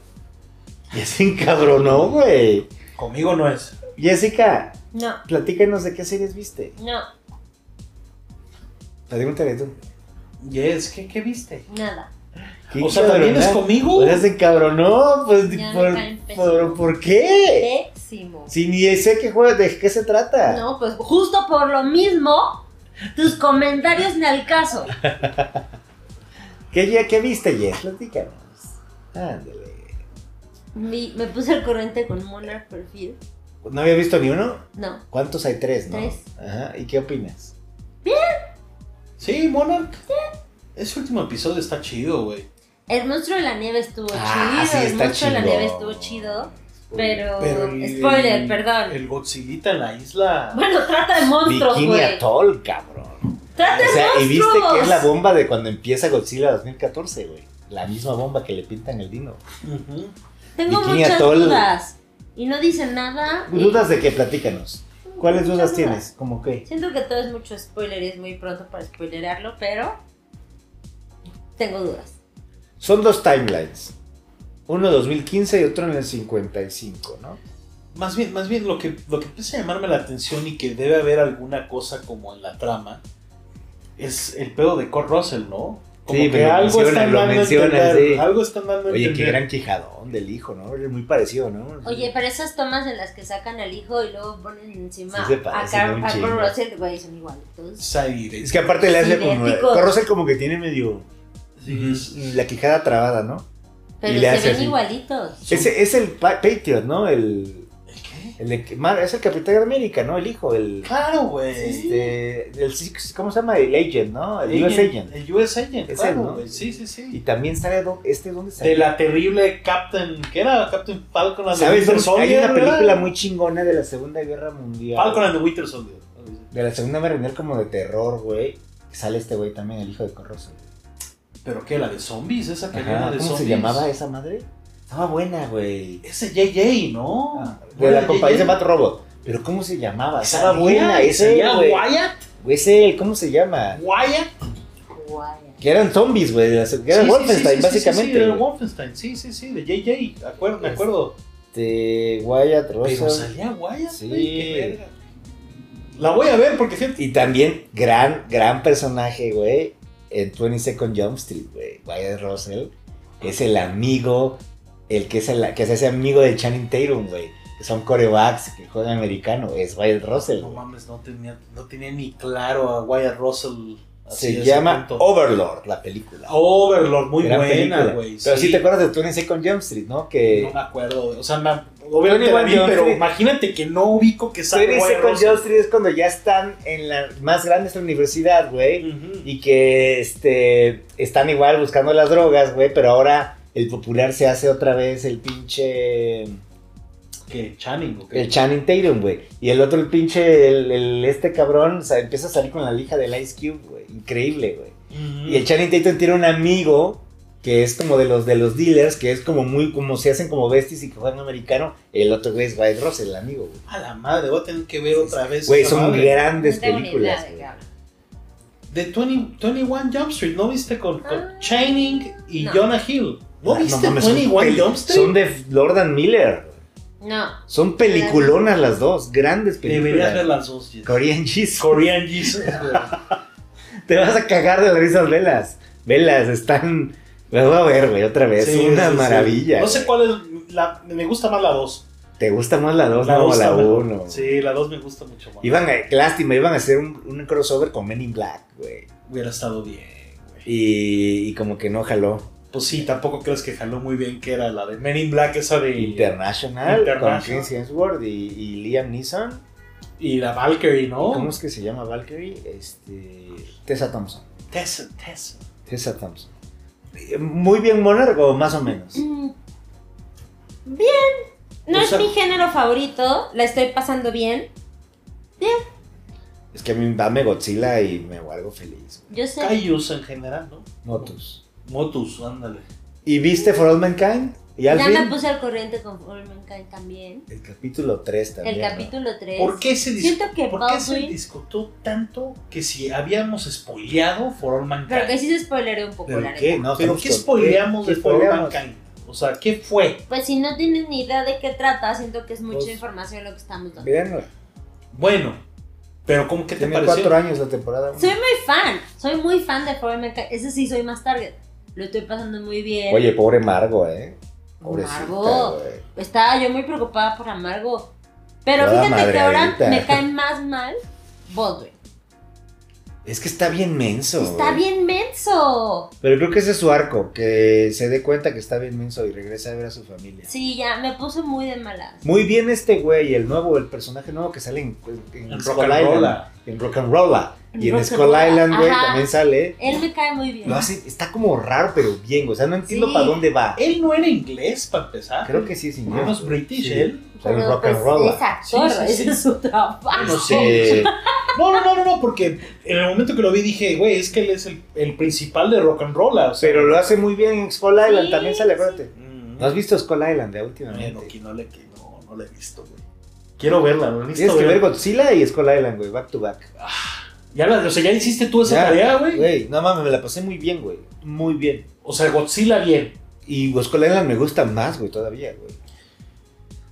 S2: Ya se encabronó, güey.
S1: Conmigo no es.
S2: Jessica,
S3: No,
S2: platícanos de qué series viste.
S3: no,
S2: Pregúntale tú.
S1: Yes, ¿qué, qué viste?
S3: nada.
S1: O sea, ¿también es conmigo?
S2: Ya se Pues encabronó, pues,
S3: Ya me
S2: por,
S3: caen
S2: por,
S3: pésimo.
S2: ¿por qué?
S3: Pésimo.
S2: Si ni sé qué juego, de qué se trata.
S3: No, pues justo por lo mismo, tus comentarios ni al caso.
S2: ¿Qué, ya- qué viste, Jess? Platícanos. Ándale.
S3: Mi- me puse al corriente con Monarch Perfil.
S2: ¿No había visto ni uno?
S3: No,
S2: ¿Cuántos hay? Tres, ¿no?
S3: Tres.
S2: Ajá. ¿Y qué opinas?
S1: Sí, Monarch. Ese último episodio está chido, güey.
S3: El monstruo de la nieve estuvo
S2: Ah,
S3: chido.
S2: sí,
S3: el
S2: está
S3: monstruo de la
S2: chido.
S3: nieve estuvo chido. Pero.
S1: el-
S3: Oh, spoiler,
S1: el-
S3: perdón.
S1: El Godzilla en la isla.
S3: Bueno, trata de monstruos,
S2: Bikini
S3: güey.
S2: Atoll, cabrón.
S3: Trata de
S2: O sea, y viste
S3: monstruos.
S2: que es la bomba de cuando empieza Godzilla 2014, güey. La misma bomba que le pintan el dino.
S1: Ujú.
S3: Tengo
S2: Bikini
S3: muchas
S2: Atoll.
S3: dudas. Y no dice nada. y
S2: ¿Dudas de qué? Platícanos. ¿Cuáles
S3: muchas
S2: dudas tienes? ¿Cómo qué?
S3: Siento que todo es mucho spoiler y es muy pronto para spoilerarlo, pero. Tengo dudas.
S2: Son dos timelines. Uno 2015 y otro en el 55, ¿no?
S1: Más bien, más bien lo que, lo que empieza a llamarme la atención y que debe haber alguna cosa como en la trama es el pedo de Kurt Russell, ¿no? Como
S2: Sí,
S1: que
S2: lo
S1: algo
S2: mencionan,
S1: están
S2: lo
S1: dando a
S2: mencionan,
S1: entender,
S2: sí.
S1: algo están dando a
S2: Oye, qué
S1: entender.
S2: gran quijadón del hijo, ¿no? Es muy parecido, ¿no?
S3: Oye, pero esas tomas en las que sacan al hijo y luego ponen encima
S2: Sí se
S3: a
S2: parecen
S3: Carl
S2: un
S3: a Kurt
S2: chingo.
S3: Russell, güey, son igualitos.
S1: Saire.
S2: Es que aparte le hace como...
S3: Idénticos.
S2: Corrosel como que tiene medio... Mm,
S1: Sí, es-
S2: La quijada trabada, ¿no?
S3: Pero
S2: le
S3: se
S2: hace
S3: ven
S2: así.
S3: igualitos.
S2: Ese es el pa- Patriot, ¿no? El,
S1: ¿El qué?
S2: el de que- Mar- es el Capitán de América, ¿no? El hijo, el...
S1: Claro, güey.
S2: Este, el Six- ¿Cómo se llama? El Agent, ¿no? El US
S1: Agent,
S2: Agent.
S1: El US Agent,
S2: Es
S1: claro,
S2: él, ¿no?
S1: güey. Sí, sí, sí.
S2: Y también sale... do- ¿Este dónde sale?
S1: De la terrible Captain, ¿qué era? Captain Falcon and
S2: ¿Sabes?
S1: the Winter
S2: dónde- Hay
S1: Soldier.
S2: una
S1: ¿verdad?
S2: película muy chingona de la Segunda Guerra Mundial.
S1: Falcon and the Winter Soldier.
S2: De la Segunda Guerra Mundial como de terror, güey. que Sale este güey también, el hijo de Corroso.
S1: ¿Pero qué? ¿La de zombies? ¿Esa que
S2: Ajá,
S1: era de
S2: ¿Cómo
S1: zombies?
S2: se llamaba esa madre? Estaba buena, güey.
S1: Ese JJ, ¿no?
S2: De
S1: Era
S2: Ah. la compañía de
S1: JJ.
S2: Bat Robot. Pero ¿cómo se llamaba? Estaba
S1: Salía,
S2: buena, ese
S1: salía
S2: güey.
S1: Wyatt.
S2: Ese, él, ¿cómo se llama?
S1: Wyatt.
S3: Guay.
S2: Que eran zombies, güey. de la se- Que eran
S1: Sí, sí, sí,
S2: Wolfenstein,
S1: sí,
S2: básicamente.
S1: Sí, sí, era
S2: güey.
S1: Wolfenstein, sí, sí, sí, de JJ. De acuerdo, de
S2: Es-
S1: acuerdo.
S2: Este, Wyatt
S1: Pero
S2: Russell.
S1: salía Wyatt,
S2: Sí.
S1: güey, qué verga. La voy a ver porque fíjate.
S2: Y también, gran, gran personaje, güey. En 22nd Jump Street, güey. Wyatt Russell. Es el amigo. El que es, el, que es ese amigo de Channing Tatum, güey. Que son corebacks que juegan americano. Es Wyatt Russell.
S1: No
S2: güey.
S1: mames, no tenía, no tenía ni claro a Wyatt Russell. así a
S2: Se
S1: ese
S2: llama
S1: punto.
S2: Overlord, la película.
S1: Overlord, muy
S2: Gran
S1: buena,
S2: película.
S1: güey.
S2: Pero sí. te acuerdas de 22nd Jump Street, ¿no? Que
S1: No me acuerdo, güey. O sea, me, obviamente la
S2: Tony
S1: vi,
S2: Jump
S1: pero
S2: Street.
S1: imagínate que no ubico que sale
S2: Tony
S1: Wyatt
S2: Second
S1: Russell.
S2: Jump Street es cuando ya están en la más grande es la universidad, güey.
S1: Ujú.
S2: Y que este están igual buscando las drogas, güey. Pero ahora el popular se hace otra vez el pinche.
S1: Que Channing, ¿o qué?
S2: El Channing Tatum, güey. Y el otro, el pinche, el, el- este cabrón, o sea, empieza a salir con la lija del Ice Cube, güey. Increíble, güey.
S1: Ujú.
S2: Y el Channing Tatum tiene un amigo que es como de los de los dealers, que es como muy, como se hacen como besties y que juegan americano. El otro güey es White Rose, el amigo, güey.
S1: A la madre, voy a tener que ver otra vez.
S2: Güey,
S1: esa
S2: son
S1: madre.
S2: grandes
S3: No tengo ni idea
S2: películas,
S3: de
S2: güey.
S3: qué hablan.
S1: De 20 21 Jump Street, ¿no viste? Con, con
S3: Ah.
S1: Channing y
S3: No.
S1: Jonah Hill. ¿No
S2: Ah,
S1: viste
S2: mames, son
S1: 21
S2: peli-
S1: Jump Street?
S2: Son de Lordan Miller. güey.
S3: No,
S2: Son peliculonas las dos, grandes
S1: Deberías ver
S2: películas.
S1: las dos. yes.
S2: Korean Cheese.
S1: Korean Jesus, güey.
S2: Te vas a cagar de las risas velas. Velas, están. Las voy a ver, güey, otra vez.
S1: Sí,
S2: una
S1: sí, sí.
S2: maravilla.
S1: No sé
S2: güey.
S1: cuál es. La, me gusta más la 2.
S2: Te gusta más la dos, no,
S1: dos
S2: la
S1: está mejor.
S2: uno.
S1: Sí, la 2 me gusta mucho más.
S2: Iban a, lástima, iban a hacer un, un crossover con Men in Black, güey.
S1: Hubiera estado bien, güey.
S2: Y, y como que no jaló.
S1: Pues sí, tampoco crees que jaló muy bien que era la de Men in Black, esa de.
S2: International,
S1: International.
S2: con Chris Hemsworth y, y Liam Neeson.
S1: Y la Valkyrie,
S2: ¿Y
S1: ¿no?
S2: ¿Cómo es que se llama Valkyrie? Este, Tessa Thompson.
S1: Tessa, Tessa.
S2: Tessa Thompson. Eh, ¿Muy bien Monarch o más o menos?
S3: Mm, Bien. No
S1: O
S3: es
S1: sea-
S3: mi género favorito. La estoy pasando bien.
S2: Es que a mí dame Godzilla y me valgo feliz. güey.
S3: Yo sé.
S1: Cayus en general, ¿no?
S2: Motus.
S1: Motus, ándale.
S2: ¿Y viste For All Mankind? ¿Y al
S3: ya me
S2: fin?
S3: puse al corriente con Paul Mankind también.
S2: El capítulo 3 también.
S3: El
S2: ¿no?
S3: capítulo 3.
S1: ¿Por qué se, dis-
S3: Siento que
S1: ¿por qué se
S3: Baldwin-
S1: discutió tanto que si habíamos spoileado For All Mankind?
S3: Pero que sí se spoileré un poco
S2: ¿Pero
S3: la neta.
S2: qué? No,
S1: ¿Pero
S2: estamos
S1: qué
S2: con-
S1: spoileamos
S2: ¿Qué
S1: de For All
S2: spoileamos?
S1: Mankind? O sea, ¿qué fue?
S3: Pues si no tienes ni idea de qué trata, siento que es mucha
S2: Pues-
S3: información lo que estamos dando.
S2: Veanlo.
S1: Bueno, pero ¿cómo que te
S2: Tiene
S1: pareció?
S2: cuatro años la temporada. uno.
S3: Soy muy fan, soy muy fan de Paul Mankind. Ese sí soy más target. Lo estoy pasando muy bien.
S2: Oye, pobre Margo, ¿eh? Pobrecita,
S3: Margo.
S2: güey.
S3: Estaba yo muy preocupada por Amargo. Pero
S2: Toda
S3: fíjate que ahora
S2: madreadita.
S3: me cae más mal Baldwin.
S2: Es que está bien menso.
S3: Está
S2: güey.
S3: bien menso.
S2: Pero creo que ese es su arco, que se dé cuenta que está bien menso y regresa a ver a su familia.
S3: Sí, ya me puso muy de malas.
S2: Muy bien este güey, el nuevo, el personaje nuevo que sale en, en
S1: En
S2: Skull
S1: Rock and
S2: Island.
S1: Rolla.
S2: En Rock and Rolla. Y en
S3: Rock and
S2: Skull
S3: Rolla,
S2: Island, güey,
S3: ajá.
S2: también sale.
S3: Él me cae muy bien.
S2: Lo hace, está como raro, pero bien, güey. O sea, no entiendo
S3: Sí.
S2: para dónde va.
S1: Él no era inglés, para empezar.
S2: Creo que sí es inglés.
S1: No es british, ¿eh?
S2: Sí.
S1: él.
S2: Sale en
S3: Pero,
S2: Rock and
S3: pues, Es
S2: Rolla.
S3: actor,
S1: Sí, sí, sí.
S3: ese es su trabajo.
S1: No sé.
S2: Eh,
S1: No, no, no, no, no, porque en el momento que lo vi dije, güey, es que él es el, el principal de rock and roll. O sea,
S2: pero lo hace muy bien en Skull Island,
S3: Sí,
S2: también sale, acuérdate.
S1: Mm.
S2: ¿No has visto Skull Island de
S1: Bueno,
S2: últimamente?
S1: que no le, que no, no la he visto, güey. Quiero verla, no la he visto.
S2: Tienes que ver
S1: güey.
S2: Godzilla y Skull Island, güey, back to back.
S1: Ya, la- o sea, ya hiciste tú esa
S2: Ya,
S1: tarea, güey.
S2: Güey, no mames, me la pasé muy bien, güey. Muy bien.
S1: O sea, Godzilla bien.
S2: Y Skull Island me gusta más, güey, todavía, güey.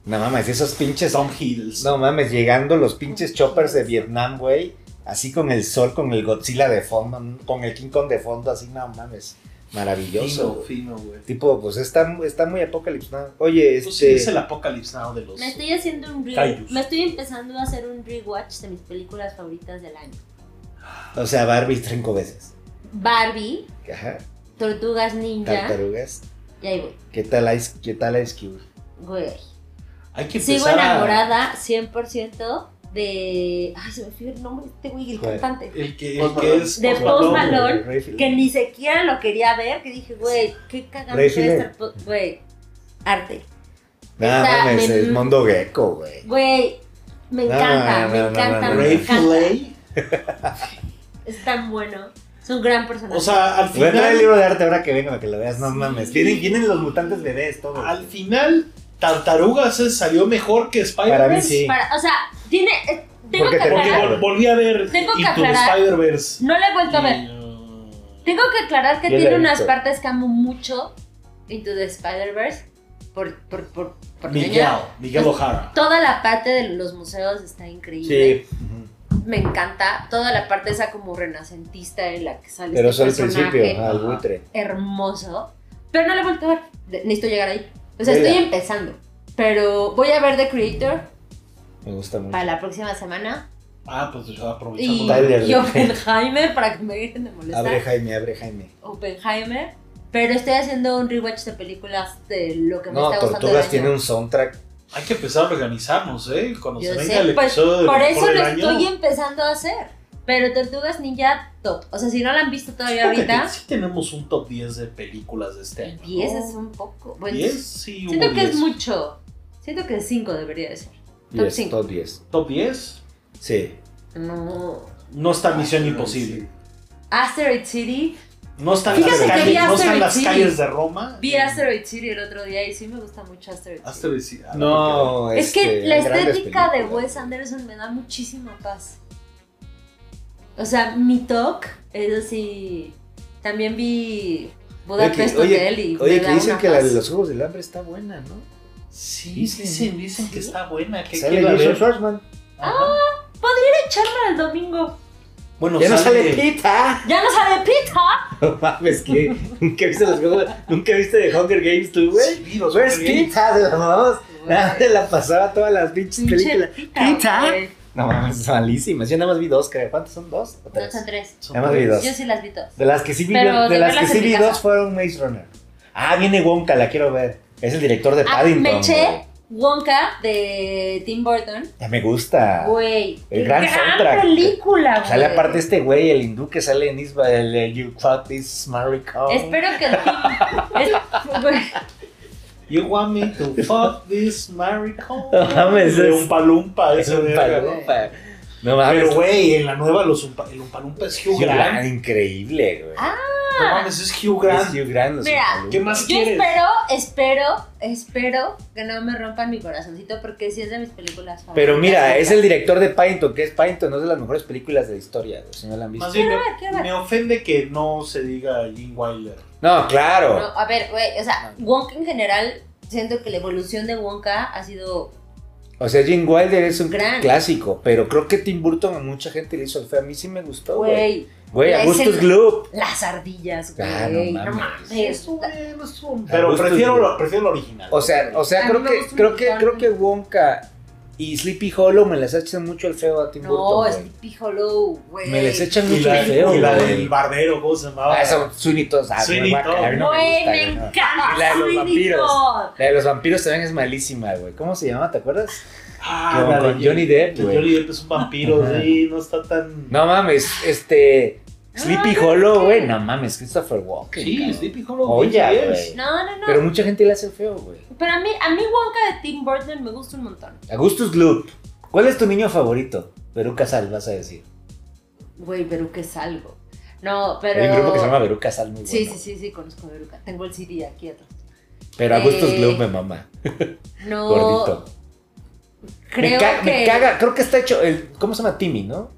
S2: No mames, esos pinches
S1: Tom Hills.
S2: No mames, llegando los pinches choppers de Vietnam, güey. Así con el sol, con el Godzilla de fondo, con el King Kong de fondo, así, no mames. Maravilloso.
S1: fino,
S2: güey.
S1: fino, güey.
S2: Tipo, pues está, está muy apocalipsis. ¿no? Oye,
S1: Pues sí,
S2: este.
S1: es el Apocalypse Now de los.
S3: Me estoy haciendo un re-
S1: Cayus.
S3: me estoy empezando a hacer un rewatch de mis películas favoritas del año.
S2: O sea, Barbie cinco veces.
S3: Barbie,
S2: Ajá.
S3: Tortugas Ninja,
S2: Tartarugas.
S3: y ahí voy.
S2: ¿Qué tal Ice, qué tal Ice Cube?
S3: Güey.
S1: Hay que
S3: Sigo
S1: empezar a-
S3: enamorada 100% de ay, se me fue el nombre de este güey, el
S2: ¿Cuál?
S3: cantante.
S1: El que, el
S5: Post
S1: que es.
S3: De
S1: Post
S3: Post
S1: Malone,
S3: Malone,
S2: Ray Field.
S3: Que ni siquiera lo quería ver, que dije, güey, qué cagante
S2: Ray
S3: puede
S2: Filer.
S3: estar po- güey. Arte.
S2: No
S3: Está-
S2: mames,
S3: me-
S2: es Mondo Gecko, güey.
S3: Güey, me
S2: No,
S3: encanta,
S2: no,
S3: me
S2: no, no,
S3: encanta,
S2: no, no.
S3: me
S1: Ray
S3: encanta.
S1: Filet.
S3: Es tan bueno. Es un gran personaje.
S1: O sea, al
S2: Voy a traer el
S1: final.
S2: libro de arte ahora que venga, para que lo veas. No
S3: Sí.
S2: mames. Vienen, vienen los mutantes bebés, todo.
S1: Al final, Tartarugas se salió mejor que
S2: Para mí
S1: Spider-Man.
S2: sí.
S3: Para- o sea, tiene eh, tengo
S2: Porque
S3: que
S2: tenemos-
S1: Porque
S3: aclarar,
S1: vol- volví a ver
S3: Tengo que
S1: Into the
S3: aclarar.
S1: Spider-Verse.
S3: no la he vuelto a ver.
S1: Y, uh,
S3: Tengo que aclarar que
S2: Yo la
S3: tiene
S2: he
S3: unas
S2: visto.
S3: partes que amo mucho Into the Spider-Verse por, por, por, por
S1: Miguel,
S3: tener-
S1: Miguel O'Hara.
S3: Toda la parte de los museos está increíble.
S2: Sí.
S3: Me encanta. Toda la parte esa como renacentista en la que sale
S2: Pero
S3: este
S2: solo al
S3: personaje
S2: principio, ajá, al
S1: Ajá.
S2: buitre.
S3: hermoso. Pero no la he vuelto a ver. De- Necesito llegar ahí. O sea,
S2: Vela.
S3: estoy empezando. Pero voy a ver The Creator
S2: Me gusta mucho.
S3: para la próxima semana.
S1: Ah, pues yo
S3: Y,
S1: aprovechando.
S2: Tyler.
S3: y Oppenheimer para que me dejen de molestar.
S2: Abre Jaime, abre Jaime.
S3: Oppenheimer, pero estoy haciendo un rewatch de películas de lo que me
S2: No,
S3: está gustando.
S2: Tortugas
S3: del
S2: tiene
S3: año.
S2: un soundtrack.
S1: Hay que empezar a organizarnos, ¿eh? Cuando
S3: Yo
S1: se venga
S3: sé,
S1: el
S3: pues,
S1: episodio de
S3: Por
S1: Mejor
S3: eso
S1: del
S3: lo
S1: Año.
S3: estoy empezando a hacer. Pero Tortugas Ninja top. O sea, si no la han visto todavía
S1: Creo que
S3: ahorita,
S1: te- Sí tenemos un top 10 de películas de este año.
S3: 10
S1: ¿no?
S3: es un poco. Bueno,
S1: 10, sí,
S3: siento
S1: hubo
S3: que es
S1: 10.
S3: mucho. Siento que 5 debería de ser. Top
S2: 10,
S3: cinco.
S2: top 10.
S1: Top 10.
S2: Sí.
S3: No.
S1: No
S2: Ah,
S1: está Misión Imposible.
S3: Asteroid City.
S1: No están
S3: Fíjate
S1: las,
S3: que vi
S1: calles, no están
S3: Asteroid
S1: las
S3: City.
S1: calles de Roma.
S3: Vi Asteroid City el otro día y sí me gusta mucho Asteroid City.
S1: Asteroid City. Ah, porque-
S2: No,
S3: Es que
S2: este,
S3: la
S2: grandes
S3: estética de
S2: películas.
S3: Wes Anderson me da muchísima paz. O sea, mi talk es así. También
S2: Oye,
S3: vi
S2: que-
S3: Budapest
S2: oye,
S3: Hotel y.
S2: Oye,
S3: me
S2: que
S3: da
S2: dicen
S3: una
S2: que la de
S3: paz.
S2: los Juegos del Hambre está buena, ¿no?
S1: Sí,
S2: Dicen.
S1: dicen, dicen que
S3: Sí.
S1: está buena. Que
S2: Sale
S1: quiero
S2: Jason
S1: ver.
S2: Schwartzman.
S3: Ah.
S1: Ajá.
S3: Charla el domingo.
S1: Bueno,
S2: ya no
S1: sale-
S2: sale ¿ah? Pita.
S3: ¡Ya no sabe Pita!
S2: No mames, que nunca viste los juegos, nunca viste de Hunger Games tú, güey.
S1: Sí, vi los
S2: Where's
S1: Hunger Games.
S2: Pita? de los Nada, me la pasaba todas las pinches
S3: Pinche
S2: películas.
S3: Pita.
S2: Ah, Pita.
S3: güey.
S2: No mames, malísimas. Yo nada más vi dos, creo. ¿Cuántas son dos? o
S3: No
S2: tres?
S3: son tres.
S1: Son
S2: Nada más vi
S1: tres.
S2: dos.
S3: Yo sí las vi todas.
S2: De las que sí vi,
S3: Pero
S2: de
S3: de
S2: las que
S3: verlas
S2: sí
S3: en mi
S2: vi
S3: casa.
S2: dos fueron Maze Runner. Ah, viene Wonka, la quiero ver. Es el director de
S3: Ah,
S2: Paddington.
S3: me eché
S2: güey.
S3: Wonka de Tim Burton.
S2: Ya me gusta.
S3: Güey,
S2: Ah, El
S3: qué
S2: gran soundtrack.
S3: película, güey.
S2: Sale aparte este güey, el hindú que sale en Isba, el eh, You Fuck This Marry Call.
S3: Espero que el Tim- es- güey,
S1: You want me to fuck this maricón.
S2: No mames,
S1: de
S2: es-
S1: un palumpa,
S2: Es
S1: ese
S2: un
S1: verga,
S2: palo,
S1: güey.
S2: pa- No mames.
S1: Pero, güey, en la nueva los umpa- el umpalumpa es Hugh
S2: Hugh Grant,
S1: Grant.
S2: increíble, güey.
S3: Ah,
S1: No mames, es Hugh Grant.
S2: Es Hugh Grant, los
S3: Mira,
S2: Umpalumpas.
S1: ¿Qué más
S3: Yo
S1: quieres?
S3: espero, espero, espero que no me rompan mi corazoncito porque sí es de mis películas favoritas.
S2: Pero mira, es el director de Paddington, que es Paddington, no es de las mejores películas de la historia, güey, si no la han visto.
S1: Más bien,
S3: va, qué va.
S1: me, me ofende que no se diga Jim Wilder.
S2: No, claro.
S3: No, a ver, güey, o sea, Wonka en general, siento que la evolución de Wonka ha sido...
S2: O sea, Jim Wilder es un
S3: Gran.
S2: clásico, pero creo que Tim Burton a mucha gente le hizo el feo. A mí sí me gustó, güey.
S3: Güey,
S2: Güey,
S3: la
S2: Augustus
S3: escena-
S2: Gloop.
S3: las ardillas, güey.
S2: Ah, no
S3: no
S2: mames.
S3: mames.
S1: Eh, no estuvo- Pero
S2: Augusto
S1: prefiero,
S2: Gloop.
S1: lo- prefiero el original.
S2: O sea, o
S3: A
S2: sea,
S3: mí
S2: creo
S3: me
S2: que,
S3: gusta un
S2: creo que,
S3: montón.
S2: creo que Wonka y Sleepy Hollow me las echan mucho el feo a Tim
S3: No,
S2: Burton.
S3: es
S2: güey.
S3: Hollow, güey.
S2: Me les echan
S1: y
S2: mucho
S1: la,
S2: el feo.
S1: y la
S2: güey.
S1: del barbero, ¿cómo se llamaba?
S2: Ah, eso, Sweeney Todd, ah,
S1: Sweeney
S2: guaca,
S1: Todd.
S2: a mí no me
S3: Güey,
S2: gusta,
S3: me
S2: güey, no.
S3: encanta.
S2: Y la de los
S3: Sweeney
S2: vampiros.
S3: Todd.
S2: La de los vampiros también es malísima, güey. ¿Cómo se llama? ¿Te acuerdas?
S1: Ah,
S2: Con-
S1: la de
S2: con Johnny Depp, güey.
S1: Johnny Depp es un vampiro,
S2: Ajá.
S1: sí, no está tan...
S2: No mames, este.
S3: No,
S2: Sleepy
S3: no,
S2: Hollow,
S3: no.
S2: güey. No mames, Christopher Walken.
S1: Sí,
S2: cabrón.
S1: Sleepy Hollow.
S2: Oye,
S1: yes.
S2: güey.
S3: No, no, no.
S2: Pero
S3: Pero,
S2: mucha gente le hace feo, güey.
S3: a, mí, a mí Wonka de Tim Burton me gusta un montón.
S2: Augustus Gloop. ¿Cuál es tu niño favorito? Perú Casal, vas a decir.
S3: Güey, Veruca es algo. No, pero...
S2: Hay un grupo que se llama Perú Casal, muy bueno.
S3: Sí, sí, sí, sí, conozco a Veruca. Tengo el CD aquí atrás.
S2: Pero Augustus
S3: Eh,
S2: Gloop me mama.
S3: No,
S2: Gordito.
S3: creo
S2: me, ca-
S3: que...
S2: me caga, creo que está hecho. El, ¿Cómo se llama Timmy, no?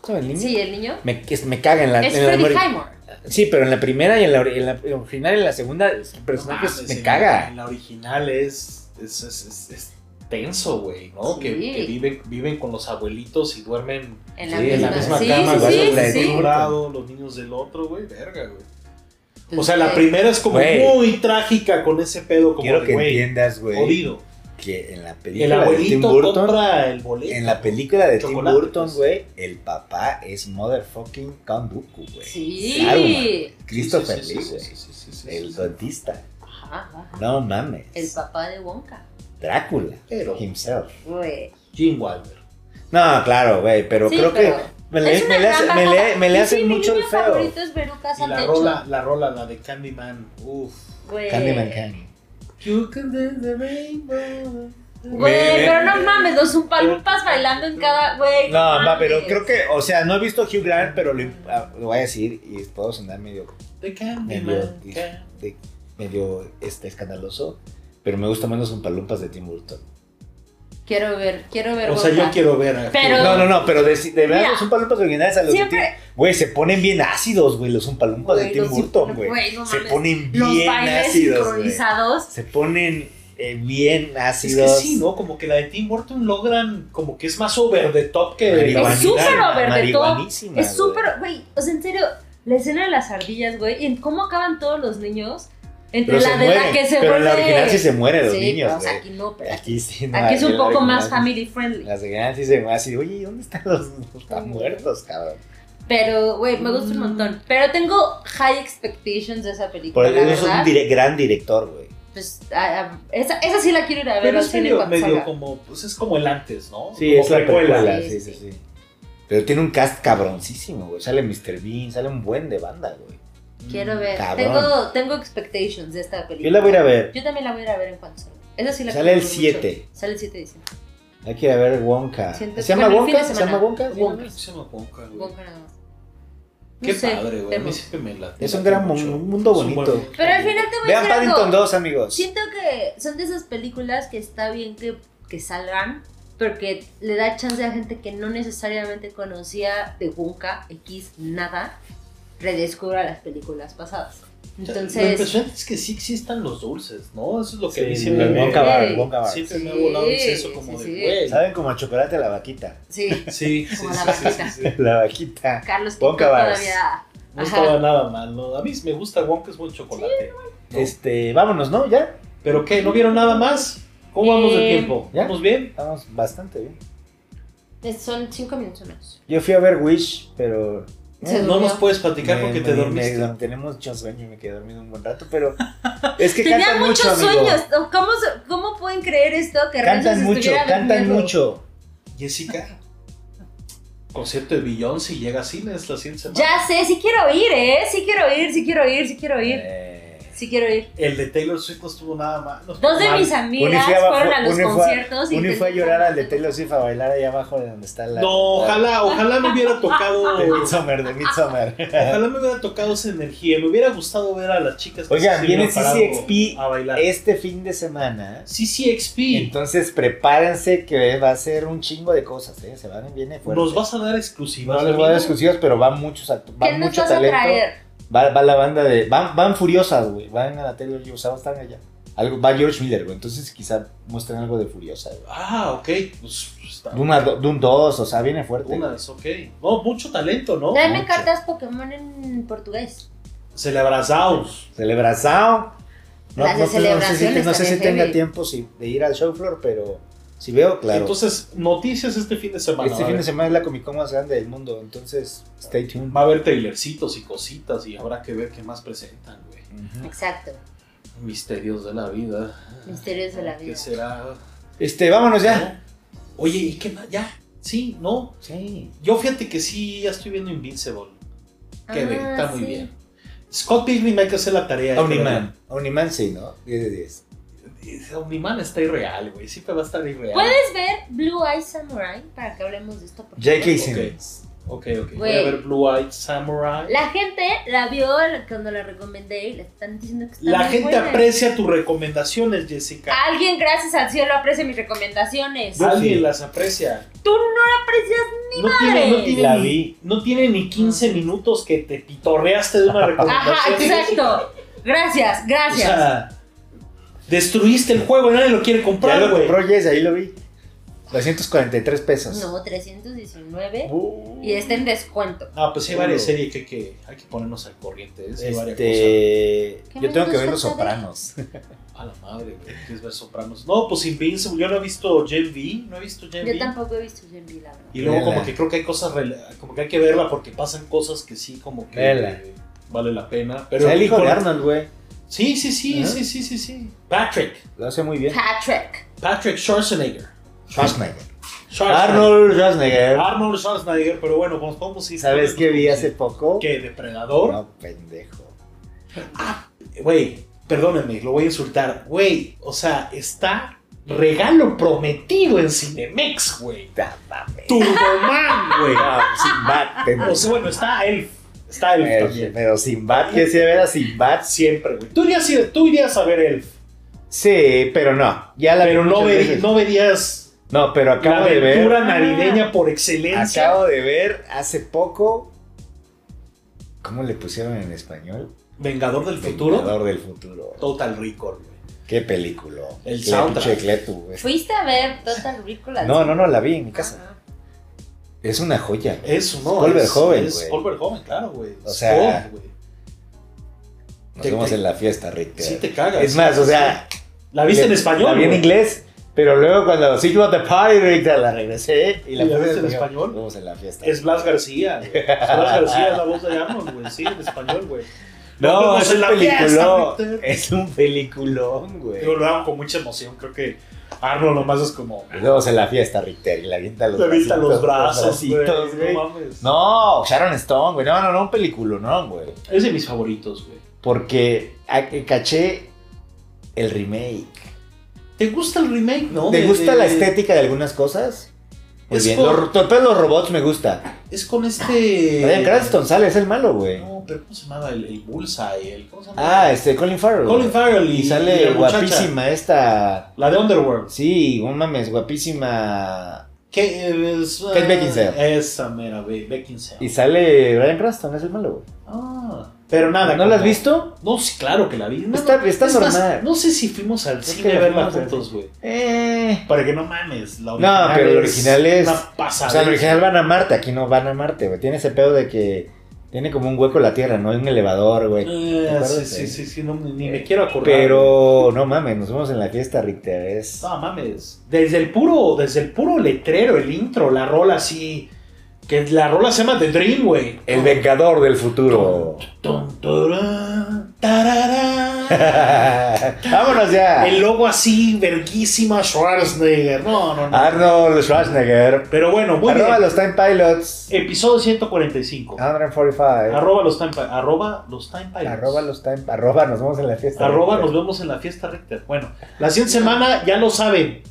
S2: ¿Cómo se llama el niño?
S3: Sí, el niño.
S2: Me, es- me caga en la.
S3: Es
S2: en la
S3: Freddie
S2: memoria.
S3: Highmore.
S2: Sí, pero en la primera y en la, ori- en la- en la final y en la segunda, el personaje
S1: mames,
S2: me
S1: en-
S2: caga.
S1: En la original es, es, es, es- es tenso, güey, ¿no?
S3: Sí.
S1: Que, que viven, viven con los abuelitos y duermen
S3: En la
S2: Sí,
S1: en
S3: misma,
S1: la misma
S3: sí,
S1: cama,
S3: sí,
S1: güey,
S3: sí,
S1: los de
S3: sí, sí.
S1: un lado, los niños del otro, güey, verga, güey. O sea, la
S3: Entonces,
S1: primera es como
S2: Pues, Güey.
S1: muy trágica con ese pedo como
S2: Quiero
S1: de,
S2: que
S1: güey,
S2: entiendas, güey,
S1: jodido.
S2: que en la película
S1: El
S2: de Tim
S1: abuelito
S2: Burton,
S1: compra el boleto.
S2: en la película de Tim
S1: Chocolate,
S2: Burton,
S1: pues.
S2: güey, el papá es motherfucking Kanduku, güey.
S3: Sí.
S2: Saruman.
S1: Sí,
S2: Christopher
S1: sí,
S2: Lee,
S1: sí,
S2: güey.
S1: sí, sí, sí, sí, sí,
S2: El
S1: sí.
S2: dentista.
S3: Ajá, ajá.
S2: No mames.
S3: El papá de Wonka.
S2: Drácula.
S1: Pero-
S2: Himself.
S3: Güey.
S1: Jim Wilder.
S2: No, claro, güey, pero
S3: Sí,
S2: creo
S3: pero
S2: que me le,
S3: Es una
S2: me le
S3: gran
S2: hace- me
S3: bajada.
S2: le- me le
S3: Y
S2: hacen
S3: sí,
S2: mucho el
S3: mi niño
S2: feo.
S3: favorito es Veruca
S1: Y la
S3: Santecho.
S1: rola, la rola, la de Candyman. Uf.
S3: Güey.
S2: Candyman Candy.
S1: You can do the rainbow.
S3: Güey,
S2: Me-
S3: pero no mames, los umpalumpas bailando en cada. Güey.
S2: No, ma,
S3: mames.
S2: pero creo que, o sea, no he visto Hugh Grant, pero lo, ah, lo voy a decir y puedo sonar medio
S1: The
S2: medio,
S1: Candyman. can-
S2: de- medio, este, escandaloso, pero me gusta menos un palumpas de Tim Burton.
S3: Quiero ver, quiero ver.
S1: O sea,
S3: Wonka.
S1: yo quiero ver. a-
S3: Pero-
S2: No, no, no, pero de, de verdad
S3: Mira.
S2: los palumpas originales a los de
S3: Siempre-
S2: Tim- Güey, se ponen bien ácidos, güey, los palumpas de
S3: Güey,
S2: Tim
S3: los-
S2: Burton, güey.
S3: güey, no
S2: se
S3: mames.
S2: ponen
S3: Los
S2: bien
S3: bailes
S2: ácidos, güey.
S3: sincronizados.
S2: Se ponen eh, bien
S1: Es que
S2: ácidos.
S1: sí, ¿no? Como que la de Tim Burton logran, como que es más over the top que...
S2: Marihuana.
S3: Es súper over the top.
S2: Marihuanísima,
S3: Es
S2: güey.
S3: súper, güey. O sea, en serio, la escena de las ardillas, güey. Y en cómo acaban todos los niños. Entre
S2: Pero
S3: la
S2: se
S3: de la
S2: mueren,
S3: que se
S2: pero en la
S3: vuelve-
S2: original sí se mueren los
S3: Sí, pero,
S2: niños,
S3: o sea,
S2: güey.
S3: aquí no, pero aquí,
S2: Aquí sí, no,
S3: aquí es un
S2: en la
S3: poco
S2: original
S3: más
S2: sí-
S3: family friendly.
S2: Las originales sí se van así, oye, ¿y ¿dónde están los, los tan muertos, cabrón?
S3: Pero, güey, me
S2: Mm.
S3: gusta un montón. Pero tengo high expectations de esa película.
S2: Por
S3: la
S2: eso es un
S3: verdad.
S2: dire- gran director, güey.
S3: Pues, ah, ah, esa, esa sí la quiero ir a ver
S1: Pero
S3: al
S1: es
S3: cine
S1: medio,
S3: cuando
S1: medio
S3: salga.
S1: como, pues es como el antes, ¿no?
S2: Sí,
S1: Como
S2: es la
S1: precuela.
S2: precuela.
S3: Sí,
S2: Sí,
S3: sí,
S2: sí, sí. Pero tiene un cast cabroncísimo, güey. Sale Mr. Bean, sale un buen de banda, güey.
S1: Mm.
S3: Quiero ver.
S2: Cabrón.
S3: Tengo, tengo expectations de esta película.
S2: Yo la voy a ir a ver.
S3: Yo también la voy a ir a ver en cuanto salga. Esa sí la
S2: Sale el
S3: quiero ver mucho.
S2: 7.
S3: Sale el 7 de diciembre.
S2: Hay que ir a ver Wonka.
S3: Siento-
S2: ¿Se llama
S3: bueno, el fin
S2: Wonka?
S3: de
S2: ¿Se
S3: semana.
S2: llama Wonka?
S3: Wonka.
S1: Se llama Wonka, güey.
S3: Wonka nada más. No
S1: Qué
S3: sé,
S1: padre, güey. A mí
S3: vemos.
S1: siempre me late.
S2: Es un
S1: late
S2: gran
S1: mucho.
S2: mu- un mundo
S1: Es un buen
S2: bonito.
S1: mundo.
S3: Pero al final te voy a
S2: Vean
S3: decir algo.
S2: Paddington 2, amigos.
S3: Siento que son de esas películas que está bien que, que salgan, porque le da chance a gente que no necesariamente conocía de Wonka X nada, redescubra las películas pasadas.
S1: Lo
S3: Entonces,
S1: impresionante es que sí existan los dulces, ¿no? Eso es lo que a mí
S2: Sí,
S1: siempre
S2: el
S1: me...
S2: Wonka Bar,
S3: Sí.
S2: el Wonka Bar.
S1: Siempre me ha
S3: Sí,
S1: volado eso como
S3: sí, sí.
S1: de, güey.
S2: Saben como a chocolate a la vaquita.
S3: sí,
S1: Sí, sí, sí,
S3: Como la
S1: sí,
S3: vaquita.
S1: sí, sí.
S2: La vaquita.
S3: Carlos Quito
S2: Wonka Bars.
S3: todavía...
S1: No
S3: Ajá.
S1: estaba nada mal, ¿no? A mí me gusta Wonka, es buen chocolate. No.
S2: Este, vámonos, ¿no? ¿Ya?
S1: ¿Pero qué? ¿No vieron nada más? ¿Cómo vamos de
S3: Eh,
S1: tiempo?
S2: ¿ya?
S1: ¿Vamos bien?
S2: Estamos bastante bien.
S3: Son cinco minutos menos.
S2: Yo fui a ver Wish, pero
S3: Se
S1: No nos
S3: durmió.
S1: puedes platicar
S2: Me-
S1: porque
S2: me-
S1: te
S2: me-
S1: dormiste.
S2: tenemos mucho sueño y me quedé dormido un buen rato, pero es que
S3: Tenía
S2: cantan
S3: muchos
S2: mucho, amigo.
S3: sueños. ¿Cómo, se- ¿Cómo pueden creer esto? Que Renzo
S2: Cantan
S3: se
S2: mucho,
S3: estuviera
S2: cantan
S3: durmiendo?
S2: mucho.
S1: Jessica, concierto de Beyoncé llega a cines la siguiente semana.
S3: Ya sé, sí quiero ir, ¿eh? Sí quiero ir, sí quiero ir, sí quiero ir.
S2: Eh,
S3: Sí quiero ir.
S1: El de Taylor Swift no estuvo nada mal. no estuvo
S3: Dos de
S1: mal.
S3: mis amigas
S2: fue abajo-
S3: fueron a los
S2: Uni fue a-
S3: conciertos y
S2: Uni fue a
S3: intentaron-
S2: llorar al de Taylor Swift a bailar allá abajo de donde está la.
S1: No, ojalá, ojalá me hubiera tocado.
S2: De Midsommar, de Midsommar.
S1: ojalá me hubiera tocado esa energía. Me hubiera gustado ver a las chicas que
S2: Oigan,
S1: se
S2: viene
S1: iban parando
S2: CCXP.
S1: a bailar.
S2: Este fin de semana.
S1: CCXP.
S2: Entonces prepárense que va a ser un chingo de cosas, ¿eh? Se van bien fuerte.
S1: Nos vas a dar exclusivas.
S2: No les voy a dar
S1: amigo?
S2: exclusivas, pero van muchos act-
S3: ¿Qué
S2: van
S3: nos
S2: mucho
S3: vas a
S2: talento.
S3: traer?
S2: Va, va la banda de. Van, van furiosas, güey. Van a la Taylor Swift, o sea, están allá. Algo, va George Miller, güey. Entonces quizá muestren algo de furiosa, güey.
S1: Ah, ok. Pues está.
S2: De, una, do- de un 2, o sea, viene fuerte.
S1: Una
S2: güey.
S1: es ok. No, mucho talento, ¿no?
S2: Oh,
S3: Dame
S2: mucho.
S3: cartas Pokémon en portugués.
S1: Se le abrazamos.
S2: Celebración. No, no,
S3: Las de
S2: pues, no sé si,
S3: celebraciones
S2: no sé si
S3: también,
S2: tenga
S3: heavy.
S2: tiempo si- de ir al show floor, pero si veo, claro.
S1: Entonces, noticias este fin de semana. va
S2: este
S1: a
S2: fin de
S1: haber-
S2: semana es la Comic Con más grande del mundo, entonces stay tuned.
S1: Va a haber trailercitos y cositas y habrá que ver qué más presentan, güey.
S2: Ujú.
S3: Exacto.
S1: Misterios de la vida.
S3: Misterios de la
S1: ¿Qué
S3: vida.
S1: será?
S2: Este, vámonos ya.
S1: ¿No? Oye, ¿y qué más? Ya, sí, ¿no?
S2: Sí.
S1: Yo fíjate que sí, ya estoy viendo Invincible. Qué
S3: Ah,
S1: bien, está muy
S3: sí.
S1: bien. Scott Pilgrim hay que hacer la tarea.
S2: Omniman. Omniman sí, ¿no? 10 de 10.
S1: Dice, Omniman está irreal, güey. Siempre va a estar irreal.
S3: ¿Puedes ver Blue Eye Samurai para que hablemos de esto? por
S2: J.K.
S3: favor?
S2: Simmons.
S1: Ok, ok. Voy
S3: Güey.
S1: a ver Blue Eyed Samurai.
S3: La gente la vio cuando la recomendé y le están diciendo que está
S1: La
S3: muy
S1: gente
S3: buena.
S1: aprecia tus recomendaciones, Jessica.
S3: Alguien, gracias al cielo, aprecia mis recomendaciones.
S2: Yo-
S1: Alguien
S2: sí.
S1: las aprecia.
S3: Tú no la aprecias.
S1: No tiene, no, tiene
S2: La
S1: ni,
S2: vi.
S1: no tiene ni 15 minutos que te pitorreaste de una
S2: Ah,
S1: recomendación.
S3: Ajá, exacto. Gracias,
S1: O
S3: gracias.
S1: sea, destruiste el juego, nadie lo quiere
S2: Ya
S1: comprar,
S2: lo
S1: güey.
S2: compró Jess, ahí lo vi. 243 pesos.
S3: no, 319
S2: Uh.
S3: y está en descuento.
S1: No, pues hay varias
S2: Seguro. series
S1: series que hay que, ponernos al corriente. ¿eh?
S2: Este, yo
S3: ¿Qué más
S2: tengo que
S3: nos
S2: ver Los
S3: falta ver?
S2: Sopranos.
S1: A la madre, güey. ¿Quieres ver Sopranos? No, pues Invincible. Yo no he visto Gen V. No he visto Gen
S3: Yo
S1: V.
S3: tampoco he visto Gen V, la verdad.
S1: Y luego,
S2: Vela.
S1: como que creo que hay cosas. rela- Como que hay que verla porque pasan cosas que sí, como que.
S2: Vela.
S1: eh, Vale la pena.
S2: O
S1: Pero
S2: sea, el hijo
S1: con-
S2: de Arnold, güey.
S1: Sí, sí, sí,
S2: Ajá.
S1: sí, sí, sí, sí. Patrick.
S2: Lo hace muy bien.
S3: Patrick.
S1: Patrick Schwarzenegger.
S2: Schwarzenegger.
S1: Schwarzenegger. Ah.
S2: Arnold Schwarzenegger.
S1: Arnold Schwarzenegger, pero bueno, pues podemos ir.
S2: ¿Sabes qué vi hace poco?
S1: ¿Qué? ¿Depredador?
S2: No, pendejo.
S1: Güey, perdónenme, lo voy a insultar. Güey, o sea, está regalo prometido en Cinemex, güey.
S2: Da, mames.
S1: Turboman, Ah, güey.
S2: No, sin bat, pendejo.
S1: O sea, bueno, está Elf. Está Elf
S2: Pero,
S1: también.
S2: pero sin bat, que si era sin bat.
S1: Siempre, güey. Tú irías, a- tú irías a ver Elf,
S2: Sí, pero no. Ya la vi
S1: pero no,
S2: muchas
S1: veri-
S2: veces.
S1: no verías
S2: No, pero acabo
S1: la
S2: de
S1: aventura
S2: ver. Ah.
S1: navideña por excelencia.
S2: Acabo de ver hace poco. ¿Cómo le pusieron en español?
S1: Vengador del futuro.
S2: Vengador del futuro.
S1: Total Record, güey.
S2: Qué película.
S1: El
S2: Qué
S1: soundtrack.
S2: pinche Cletu, güey.
S3: ¿Fuiste a ver Total Ridiculous?
S2: No, no, no, la vi en mi
S1: Ah.
S2: casa. Es una joya. güey.
S1: Eso, ¿no?
S2: Paul
S1: es-
S2: Verhoeven,
S1: es
S2: güey.
S1: Paul Verhoeven, claro, güey.
S2: O sea,
S1: Paul, güey.
S2: Nos
S1: te-
S2: vemos
S1: te-
S2: en la fiesta, Rick.
S1: Sí te cagas.
S2: Es más, o sea.
S1: La viste en
S2: le-
S1: español.
S2: La vi en
S1: güey.
S2: inglés, pero luego cuando sí yo the party, Rick, la regresé y la
S1: ¿Y la
S2: puse
S1: viste en español?
S2: Nos vemos en la fiesta.
S1: Es Blas García, güey. Es Blas García es la voz de Arnold, güey. Sí, en español, güey. Nos
S2: No,
S1: vemos
S2: es
S1: en
S2: un
S1: la fiesta,
S2: peliculón.
S1: Rick.
S2: Es un peliculón, güey.
S1: Yo lo hago con mucha emoción. Creo que Arnold nomás es como.
S2: Nos vemos en la fiesta, Richter, y la avienta los
S1: Le avienta los brazos,
S2: bracitos,
S1: güey.
S2: los bracitos, güey.
S1: No mames.
S2: No, Sharon Stone, güey. No, no, no, un peliculón, güey.
S1: Es de mis favoritos, güey.
S2: Porque a- caché el remake.
S1: ¿Te gusta el remake, no?
S2: ¿Te
S1: De-
S2: gusta
S1: de-
S2: la estética de algunas cosas? Muy
S1: Es
S2: bien.
S1: por-
S2: Los, ro- todos los robots me gusta.
S1: Es con este.
S2: Bryan Cranston sale, es el malo, güey.
S1: No, pero ¿cómo se llamaba? El, el Bullseye. El, ¿Cómo se llama?
S2: Ah, este, Colin Farrell.
S1: Colin Farrell y,
S2: Y
S1: y
S2: sale
S1: la muchacha.
S2: guapísima esta.
S1: La de Underworld.
S2: Sí, un mames, guapísima.
S1: Que es. ah,
S2: Kate Beckinsale.
S1: Esa mera, güey. Beckinsale.
S2: Y sale Brian Cranston, es el malo, güey.
S1: Ah.
S2: Pero nada. ¿No
S1: como-
S2: la has visto?
S1: No, sí, claro que la vi. No,
S2: Está-
S1: no,
S2: está
S1: es más,
S2: normal.
S1: no sé si fuimos al
S2: Es
S1: cine
S2: que
S1: a
S2: la
S1: verla
S2: fuimos a ver.
S1: juntos, güey.
S2: Eh.
S1: Para que no mames, la
S2: No, pero el original es-
S1: Una pasada.
S2: O sea, en el original van a Marte, aquí no van a Marte, güey. Tiene ese pedo de que tiene como un hueco la Tierra, no hay un elevador, güey. ¿Te
S1: Eh,
S2: acuerdas?
S1: sí, sí, sí, sí, no, ni ni me quiero acordar.
S2: Pero no mames, nos vemos en la fiesta, Richter. Es...
S1: No mames. Desde el puro, desde el puro letrero, el intro, la rola así. Que la rola se llama The Dream, güey.
S2: El Vengador del Futuro.
S1: Tum, turán, tararán.
S2: Vámonos ya.
S1: El logo así, verguísima, Schwarzenegger. No, no, no.
S2: Arnold Schwarzenegger.
S1: Pero bueno, muy
S2: Ah. Arroba
S1: bien.
S2: los Ah, Time Pilots.
S1: Episodio 145.
S2: 145.
S1: Arroba los time, Pi- arroba los time pilots.
S2: Arroba los Time Arroba, nos vemos en la fiesta.
S1: Arroba, nos vemos en la fiesta recta. Bueno, la siguiente semana ya lo saben.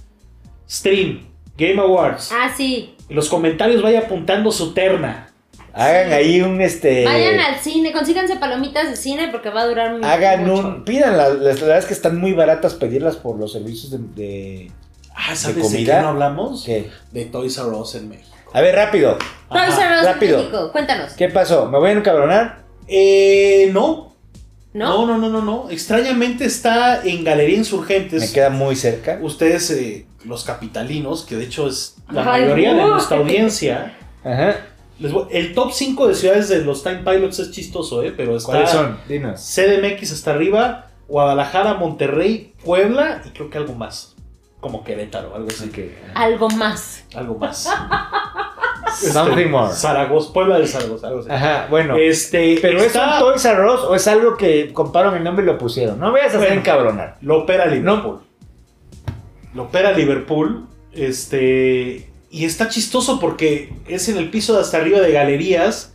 S1: Stream, Game Awards.
S3: Ah, sí.
S1: En los comentarios vaya apuntando su terna.
S2: Hagan ahí un este.
S3: Vayan al cine, consíganse palomitas de cine porque va a durar mucho.
S2: Hagan un. Pídanlas. La verdad es que están muy baratas pedirlas por los servicios de. de-
S1: Ah,
S2: ¿De
S1: ¿sabes de,
S2: comida?
S1: qué no hablamos?
S2: ¿Qué?
S1: De Toys R Us en México.
S2: A ver, rápido.
S3: Toys
S1: Ajá.
S3: R Us en
S2: rápido.
S3: México, Cuéntanos.
S2: ¿Qué pasó? ¿Me voy a encabronar?
S1: Eh, no. No,
S3: ¿No?
S1: no, no, no, no. Extrañamente está en Galería Insurgentes.
S2: Me queda muy cerca.
S1: Ustedes, eh, los capitalinos, que de hecho es la
S3: Ay,
S1: mayoría de
S3: no.
S1: nuestra audiencia.
S2: Ajá.
S1: les voy- el top 5 de ciudades de los Time Pilots es chistoso, ¿eh? Pero está.
S2: ¿Cuáles son? Dinos.
S1: CDMX hasta arriba, Guadalajara, Monterrey, Puebla y creo que algo más. Como Querétaro, algo así.
S3: Algo más.
S1: Algo más. Este,
S2: Something more.
S1: Zaragoza, Puebla de Zaragoza, algo así.
S2: Ajá, bueno.
S1: Este,
S2: Pero
S1: está
S2: es un Toys R Us o es algo que comparon el nombre y lo pusieron. No vayas a hacer
S1: Bueno.
S2: encabronar.
S1: Lo opera Liverpool. Lo opera Liverpool. Este. Y está chistoso porque es en el piso de hasta arriba de galerías.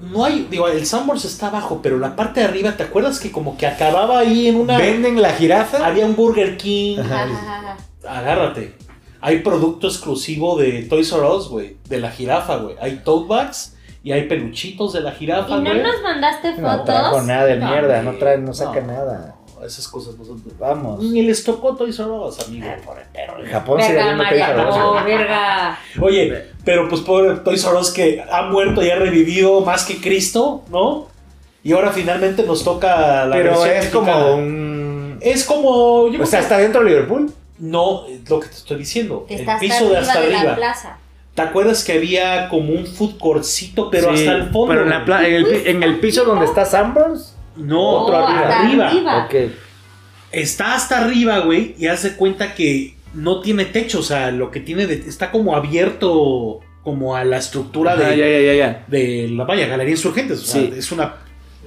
S1: No hay. Digo, el Sanborns está abajo, pero la parte de arriba, ¿te acuerdas que como que acababa ahí en una.
S2: Venden la jirafa.
S1: Había un Burger King.
S2: Ajá.
S3: Ajá.
S1: Agárrate. Hay producto exclusivo de Toys R Us, güey. De la jirafa, güey. Hay tote bags y hay peluchitos de la jirafa,
S3: ¿Y no
S1: güey.
S3: nos mandaste fotos?
S2: No trajo nada de
S1: No,
S2: mierda, no
S1: güey.
S2: trae, no saca
S1: No.
S2: nada.
S1: Esas cosas no son.
S2: Vamos.
S1: Ni les tocó Toys R Us, amigo.
S2: Japón sería lindo Toys
S3: Verga, María,
S2: R Us,
S3: no,
S2: güey.
S3: verga.
S1: Oye, pero pues pobre Toys R Us que ha muerto y ha revivido más que Cristo, ¿no? Y ahora finalmente nos toca la
S2: Pero
S1: versión
S2: es
S1: mexicana.
S2: como un.
S1: Es como... yo
S2: O
S1: creo
S2: sea,
S1: que-
S2: está dentro de Liverpool.
S1: No, es lo que te estoy diciendo.
S3: Que
S1: El
S3: está
S1: piso de hasta
S3: de la
S1: arriba.
S3: plaza.
S1: ¿Te acuerdas que había como un food courtcito, pero
S2: Sí,
S1: hasta el fondo?
S2: Pero en,
S1: güey?
S2: la pla- en el, pi- en el piso donde está Sanborns.
S1: No,
S2: Otro arriba.
S3: Oh, hasta
S1: Arriba.
S3: arriba.
S2: Ok.
S1: Está hasta arriba, güey, y hace cuenta que no tiene techo, o sea, lo que tiene de- está como abierto como a la estructura
S5: Ajá,
S1: de,
S5: ya, ya, ya, ya.
S1: de la vaya Galería Insurgentes, o sea,
S5: Sí.
S1: es una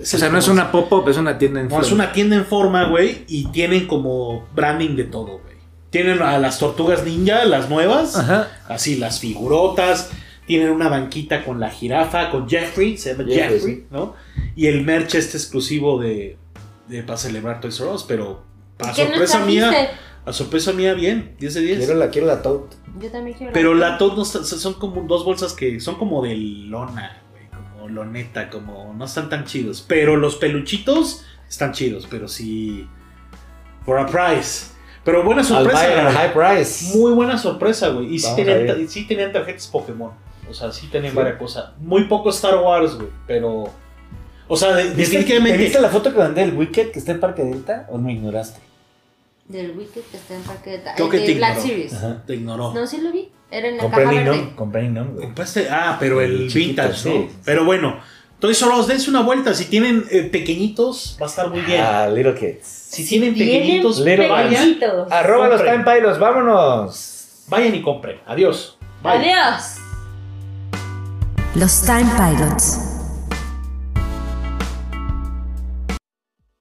S1: es
S5: O sea,
S1: el-
S5: no es una pop-up, es una tienda en
S1: no, es
S5: forma.
S1: una tienda en forma, güey, y tienen como branding de todo, güey. Tienen a las tortugas ninja, las nuevas,
S5: Ajá.
S1: así las figurotas, tienen una banquita con la jirafa, con Jeffrey, se llama
S2: Jeffrey,
S1: Jeffrey, ¿no? Y el merch este exclusivo de, de para celebrar Toys R Us, pero a
S3: ¿Qué
S1: Ah,
S3: no
S1: sorpresa mía,
S3: trajiste?
S1: a sorpresa mía bien, 10 de 10.
S2: Quiero la, quiero la tote.
S3: Yo también quiero.
S1: Pero la tos no está- son como dos bolsas que son como de lona, güey, como loneta, como no están tan chidos. Pero los peluchitos están chidos, pero sí. For a price. Pero buena
S2: Al
S1: sorpresa.
S2: buy at
S1: güey.
S2: high price.
S1: Muy buena sorpresa, güey. Y sí
S2: Vamos
S1: tenían,
S2: a
S1: ta-
S2: ver.
S1: y sí tenían tarjetas Pokémon. O sea, sí tenían
S2: Sí.
S1: varias cosas. Muy poco Star Wars, güey. Pero. O sea, de- definitivamente.
S2: ¿Te ¿Viste la foto que mandé del Wicked que está en Parque Delta? ¿O me ignoraste?
S3: Del Wicked que está en Parque de
S1: Creo que
S3: el
S1: te
S3: de Black
S1: ignoró.
S3: Series.
S2: Ajá.
S1: Te ignoró.
S3: No, sí lo vi. Era en la
S2: Compré
S3: caja
S2: mi
S3: verde.
S2: nom, compré mi nom, güey.
S1: Compraste- ah, pero el,
S2: El chiquito,
S1: vintage, ¿no?
S2: sí.
S1: Pero bueno, Toys R Us, dense una vuelta. Si tienen eh, pequeñitos, va a estar muy bien.
S2: Ah, Little Kids.
S1: si tienen
S3: Vienen
S1: pequeñitos,
S2: Little
S1: vayan,
S3: pequeñitos. Ah,
S2: Arroba los
S1: Compren.
S2: Time Pilots, vámonos.
S1: vayan y compren. Adiós. Bye.
S3: Adiós.
S4: Los Time Pilots.